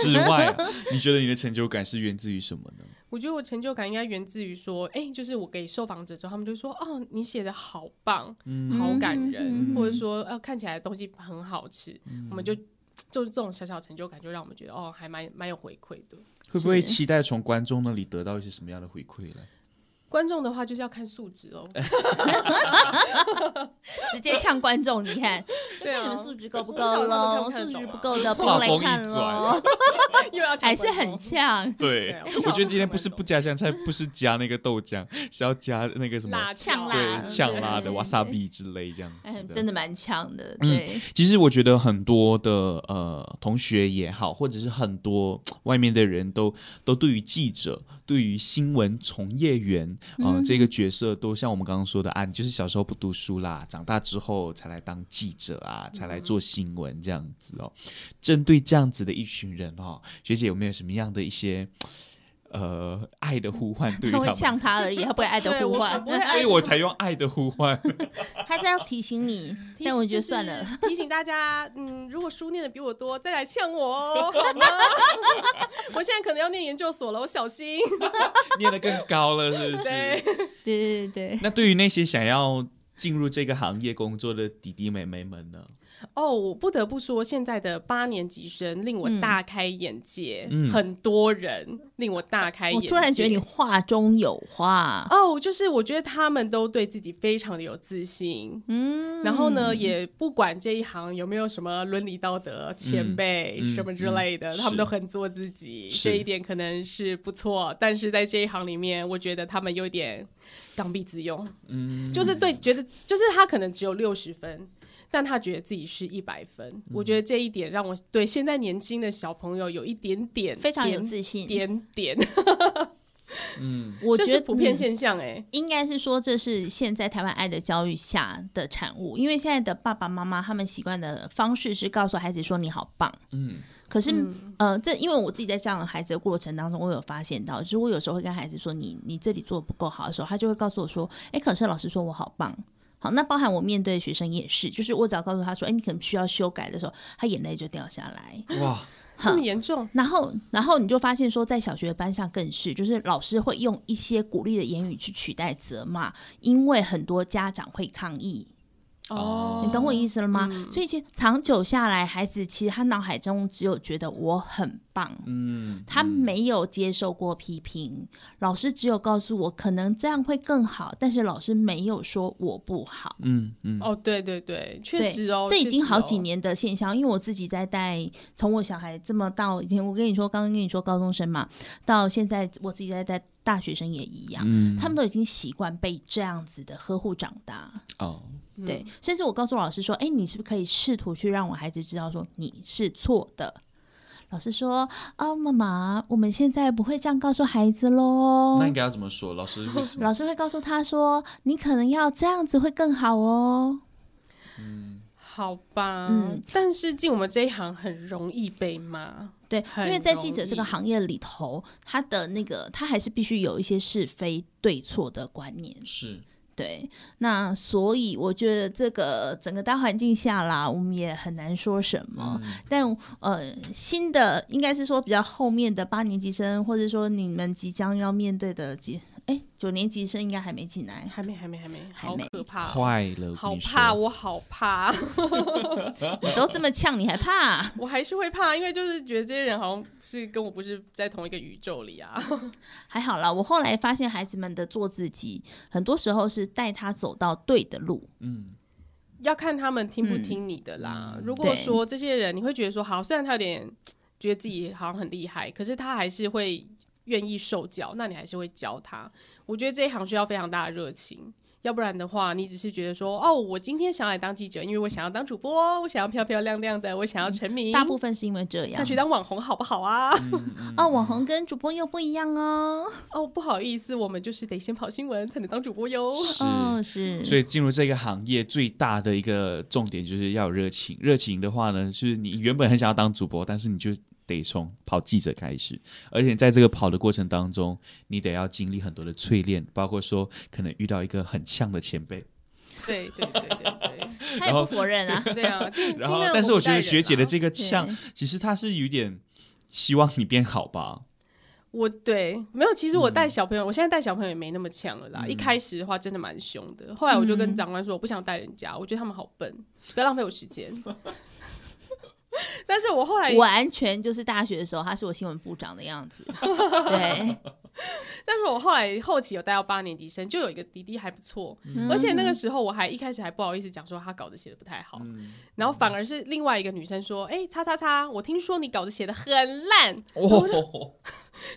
Speaker 3: 之外啊、你觉得你的成就感是源自于什么呢？
Speaker 1: 我觉得我成就感应该源自于说，哎、就是我给受访者之后，他们就说，哦，你写的好棒，好感
Speaker 2: 嗯
Speaker 1: 人，或者说，呃，看起来东西很好吃，我们就就是这种小小成就感，就让我们觉得，哦，还蛮蛮有回馈的。
Speaker 3: 会不会期待从观众那里得到一些什么样的回馈呢？
Speaker 1: 观众的话就是要看素质喽，
Speaker 2: 直接呛观众，你 看，就
Speaker 1: 对
Speaker 2: 看
Speaker 1: 啊
Speaker 2: 你们素质够不
Speaker 1: 我
Speaker 2: 够
Speaker 1: 不晓得他们
Speaker 2: 喽，
Speaker 1: 看不看得
Speaker 2: 素质
Speaker 1: 懂啊
Speaker 2: 不够 的不
Speaker 3: 话
Speaker 2: 用来
Speaker 3: 锋一
Speaker 2: 看喽
Speaker 3: 转，
Speaker 1: 又要抢
Speaker 2: 还是
Speaker 1: 观 众
Speaker 2: 很呛。
Speaker 3: 对
Speaker 1: 对 啊
Speaker 3: 我觉得今天不是不加香菜，不是加那个豆浆，是要加那个什么
Speaker 1: 辣啊
Speaker 2: 呛辣
Speaker 3: 对呛辣的
Speaker 2: 对
Speaker 3: 瓦萨比之类这样
Speaker 2: 哎
Speaker 3: 子，的。
Speaker 2: 真的蛮呛的，
Speaker 3: 嗯
Speaker 2: 对，
Speaker 3: 其实我觉得很多的呃同学也好，或者是很多外面的人都都对于记者、对于新闻从业员啊、呃这个角色，都像我们刚刚说的啊，你就是小时候不读书啦，长大之后才来当记者啊，才来做新闻这样子哦。针对这样子的一群人哦，学姐有没有什么样的一些呃爱的呼唤对于
Speaker 2: 他
Speaker 3: 他
Speaker 2: 会
Speaker 3: 们？
Speaker 2: 呛他而已，他不会爱的
Speaker 1: 对
Speaker 2: 呼
Speaker 1: 我我
Speaker 2: 唤
Speaker 1: 不，会爱
Speaker 3: 所以我才用爱的呼唤。
Speaker 2: 他在要提醒你，
Speaker 1: 提
Speaker 2: 但我觉得
Speaker 1: 就是
Speaker 2: 算了，
Speaker 1: 提醒大家，嗯，如果书念的比我多，再来呛我哦，好吗？ 我现在可能要念研究所了，我小心。
Speaker 3: 念得更高了，是不是
Speaker 1: 对？
Speaker 2: 对对对对。
Speaker 3: 那对于那些想要进入这个行业工作的弟弟妹妹们呢？
Speaker 1: 哦，我不得不说，现在的八年级生令我
Speaker 2: 嗯
Speaker 1: 大开眼界，
Speaker 3: 嗯
Speaker 1: 很多人令我大 开眼
Speaker 2: 啊我
Speaker 1: 界。
Speaker 2: 突然觉得你话中有话，
Speaker 1: 哦，就是我觉得他们都对自己非常的有自信，
Speaker 2: 嗯，
Speaker 1: 然后呢，也不管这一行有没有什么伦理道德、前辈、
Speaker 3: 嗯
Speaker 1: 什么之类的，
Speaker 3: 嗯
Speaker 1: 他们都
Speaker 3: 是
Speaker 1: 很做自己，
Speaker 3: 是
Speaker 1: 这一点可能是不错。但是在这一行里面，我觉得他们有点刚愎自用，
Speaker 3: 嗯，
Speaker 1: 就是对，觉得就是他可能只有六十分。但他觉得自己是一百分，
Speaker 3: 嗯
Speaker 1: 我觉得这一点让我对现在年轻的小朋友有一点点
Speaker 2: 非常有
Speaker 1: 点
Speaker 2: 自信。
Speaker 1: 点点，
Speaker 2: 我
Speaker 1: 这
Speaker 2: 觉
Speaker 1: 是
Speaker 2: 得
Speaker 1: 普遍
Speaker 2: 嗯
Speaker 1: 现象哎、
Speaker 2: 应该是说，这是现在台湾爱的教育下的产物，因为现在的爸爸妈妈他们习惯的方式是告诉孩子说你好棒，
Speaker 3: 嗯
Speaker 2: 可是、呃，这因为我自己在教养孩子的过程当中，我有发现到，就是我有时候会跟孩子说你你这里做的不够好的时候，他就会告诉我说，哎、可是老师说我好棒。好，那包含我面对的学生也是，就是我只要告诉他说，哎、你可能需要修改的时候，他眼泪就掉下来。
Speaker 3: 嗯哇，
Speaker 1: 这么严重，
Speaker 2: 然后，然后你就发现说，在小学班上更是，就是老师会用一些鼓励的言语去取代责骂，因为很多家长会抗议。
Speaker 1: 哦，
Speaker 2: 你懂我意思了吗？所以其实长久下来，孩子其实他脑海中只有觉得我很棒，
Speaker 3: 嗯，
Speaker 2: 他没有接受过批评，老师只有告诉我可能这样会更好，但是老师没有说我不好。
Speaker 3: 嗯嗯，
Speaker 1: 哦，对对对，确
Speaker 2: 对
Speaker 1: 实哦，
Speaker 2: 这已
Speaker 1: 确
Speaker 2: 经
Speaker 1: 实
Speaker 2: 好几
Speaker 1: 哦。
Speaker 2: 年的现象，因为我自己在带，从我小孩这么到以前，我跟你说，刚刚跟你说高中生嘛，到现在我自己在带大学生也一样，
Speaker 3: 嗯
Speaker 2: 他们都已经习惯被这样子的呵护长大。
Speaker 3: 哦，
Speaker 1: 嗯
Speaker 2: 对，甚至我告诉老师说：“哎，你是不是可以试图去让我孩子知道说你是错的？”老师说：“啊，妈妈，我们现在不会这样告诉孩子喽
Speaker 3: 那。应该要怎么说？老师为什么
Speaker 2: 老师会告诉他说，你可能要这样子会更好哦。
Speaker 1: 好吧，
Speaker 2: 嗯
Speaker 1: 但是进我们这一行很容易被骂，
Speaker 2: 对，因
Speaker 1: 很
Speaker 2: 为在记者这个
Speaker 1: 容易
Speaker 2: 行业里头，他的那个他还是必须有一些是非对错的观念。
Speaker 3: 是
Speaker 2: 对，那所以我觉得这个整个大环境下啦，我们也很难说什么。
Speaker 3: 嗯
Speaker 2: 但呃，新的应该是说比较后面的八年级生，或者说你们即将要面对的几哎九年级生应该还没进来。
Speaker 1: 还没还没还没，
Speaker 2: 还
Speaker 1: 好
Speaker 2: 没
Speaker 1: 可怕哦、
Speaker 3: 快乐？
Speaker 1: 好
Speaker 3: 我跟你
Speaker 1: 怕，
Speaker 3: 说
Speaker 1: 我好怕，
Speaker 2: 你都这么呛，你还怕？
Speaker 1: 我还是会怕，因为就是觉得这些人好像是跟我不是在同一个宇宙里啊。
Speaker 2: 还好啦，我后来发现孩子们的做自己，很多时候是带他走到对的路。
Speaker 3: 嗯
Speaker 1: 要看他们听不听你的啦。如果说这些人，你会觉得说好，虽然他有点觉得自己好像很厉害，可是他还是会愿意受教，那你还是会教他。我觉得这一行需要非常大的热情。要不然的话，你只是觉得说，哦，我今天想要来当记者，因为我想要当主播，我想要漂漂亮亮的，我想要成名。
Speaker 2: 大部分是因为这样
Speaker 1: 那。去当网红好不好啊？
Speaker 3: 嗯
Speaker 2: 哦，网红跟主播又不一样哦。
Speaker 1: 哦，不好意思，我们就是得先跑新闻才能当主播哟。
Speaker 3: 是。
Speaker 2: 嗯，是。
Speaker 3: 所以进入这个行
Speaker 2: 嗯
Speaker 3: 业最大的一个重点就是要有热情。热情的话呢，就是你原本很想要当主播，但是你就得从跑记者开始，而且在这个跑的过程当中，你得要经历很多的淬炼，包括说可能遇到一个很呛的前辈。
Speaker 1: 对对对对
Speaker 2: 他也
Speaker 3: 然
Speaker 2: 不
Speaker 3: 后
Speaker 2: 否认啊。
Speaker 1: 对，对啊，尽
Speaker 3: 然
Speaker 1: 尽
Speaker 3: 后
Speaker 1: 量，
Speaker 3: 但是我觉得学姐的
Speaker 1: 这。
Speaker 3: 这个
Speaker 2: 对
Speaker 3: 呛，其实她是有点希望你变好吧？
Speaker 1: 我对没有，其实我带小朋友，我现在带小朋友也没那么强了啦。
Speaker 3: 嗯
Speaker 1: 一开始的话，真的蛮凶的。后来我就跟长官说，我不想带人家，我觉得他们好笨，不要浪费我时 间。但是我后来，
Speaker 2: 完全就是大学的时候，他是我新闻部长的样 子。对，
Speaker 1: 但是我后来后期有带到八年级生，就有一个弟弟还不错，
Speaker 3: 嗯
Speaker 1: 而且
Speaker 2: 嗯
Speaker 1: 那个时候我还一开始还不好意思讲说他稿子写的不太好，
Speaker 3: 嗯，
Speaker 1: 然后反而是另外一个女生说，哎、叉叉叉，我听说你稿子写的很烂，
Speaker 3: 哦，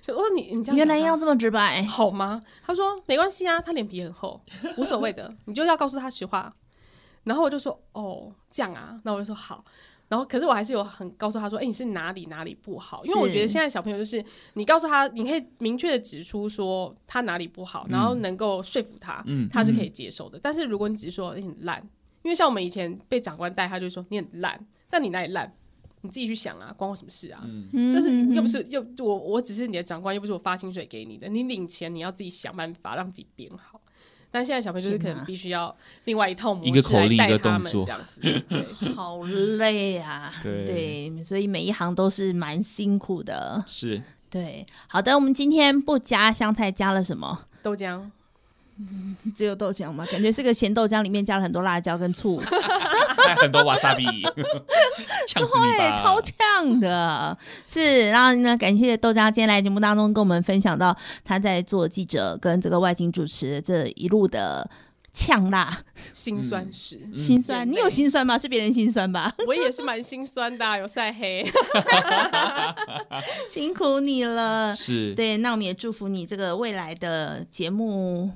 Speaker 1: 就我说你你这样讲
Speaker 2: 原来
Speaker 1: 他
Speaker 2: 要这么直白，
Speaker 1: 好吗？他说没关系啊，他脸皮很厚，无所谓的，你就要告诉他实话。然后我就说哦，这样啊，那我就说好。然后可是我还是有很告诉他说，哎、你是哪里哪里不好？因为我
Speaker 2: 是
Speaker 1: 觉得现在小朋友就是你告诉他，你可以明确的指出说他哪里不好，然后能够说服他，
Speaker 3: 嗯
Speaker 1: 他是可以接受的。但是如果你只是说你很烂，因为像我们以前被长官带，他就说你很烂，但你哪里烂？你自己去想啊，关我什么事啊？
Speaker 2: 嗯
Speaker 1: 就是
Speaker 2: 嗯嗯
Speaker 1: 又不是又我我只是你的长官，又不是我发薪水给你的，你领钱你要自己想办法让自己变好。但现在小朋友就是可
Speaker 2: 天哪
Speaker 1: 能必须要另外一套模
Speaker 3: 一个
Speaker 1: 式来
Speaker 3: 口令一
Speaker 1: 带
Speaker 3: 个
Speaker 1: 他
Speaker 3: 动
Speaker 1: 们
Speaker 3: 作
Speaker 1: 这样子，对
Speaker 2: 好累啊。
Speaker 3: 对
Speaker 2: 对，所以每一行都是蛮辛苦的。
Speaker 3: 是
Speaker 2: 对，好的，我们今天不加香菜，加了什么？
Speaker 1: 豆浆
Speaker 2: 只有豆浆吗？感觉是个咸豆浆，里面加了很多辣椒跟醋，
Speaker 3: 还很多瓦萨比，呛死你
Speaker 2: 对，
Speaker 3: 吧！
Speaker 2: 超呛的。是，然后呢，感谢豆浆今天来节目当中跟我们分享到他在做记者跟这个外景主持这一路的呛辣、
Speaker 1: 心酸史。
Speaker 3: 嗯
Speaker 2: 心酸。
Speaker 1: 对
Speaker 2: 你有心酸吗？是别人心酸吧？
Speaker 1: 我也是蛮心酸的啊、有晒黑。
Speaker 2: 辛苦你了。
Speaker 3: 是，
Speaker 2: 对，那我们也祝福你这个未来的节目，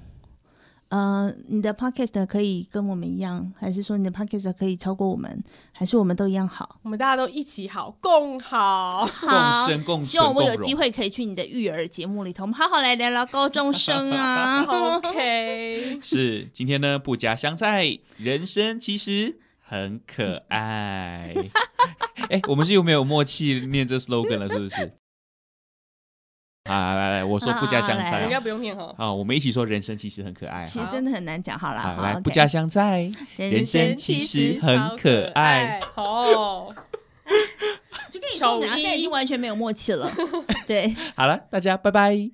Speaker 2: 呃，你的 podcast 可以跟我们一样，还是说你的 podcast 可以超过我们，还是我们都一样好？
Speaker 1: 我们大家都一起好，共好。
Speaker 3: 共生共
Speaker 2: 希望
Speaker 3: 存
Speaker 2: 我们
Speaker 3: 共
Speaker 2: 有机
Speaker 3: 荣。
Speaker 2: 会可以去你的育儿节目里头，我们好好来聊聊高中生 啊。
Speaker 1: OK，
Speaker 3: 是，今天呢不加香菜，人生其实很可爱。哎，我们是有没有默契念这 slogan 了？是 不是？啊，来来，我说不加香
Speaker 2: 好
Speaker 1: 应
Speaker 3: 菜
Speaker 1: 该
Speaker 3: 啊
Speaker 1: 不用念哦哈。
Speaker 3: 啊，我们一起说人生其实很可爱。
Speaker 2: 其
Speaker 3: 好
Speaker 2: 实真的很难讲，好啦，
Speaker 3: 好，
Speaker 2: 啊好
Speaker 3: 来
Speaker 2: OK
Speaker 3: 不加香菜，人生其实很可爱。
Speaker 1: 哦，
Speaker 2: 就跟你说，我们俩现在已经完全没有默契了。对。
Speaker 3: 好了，大家拜拜。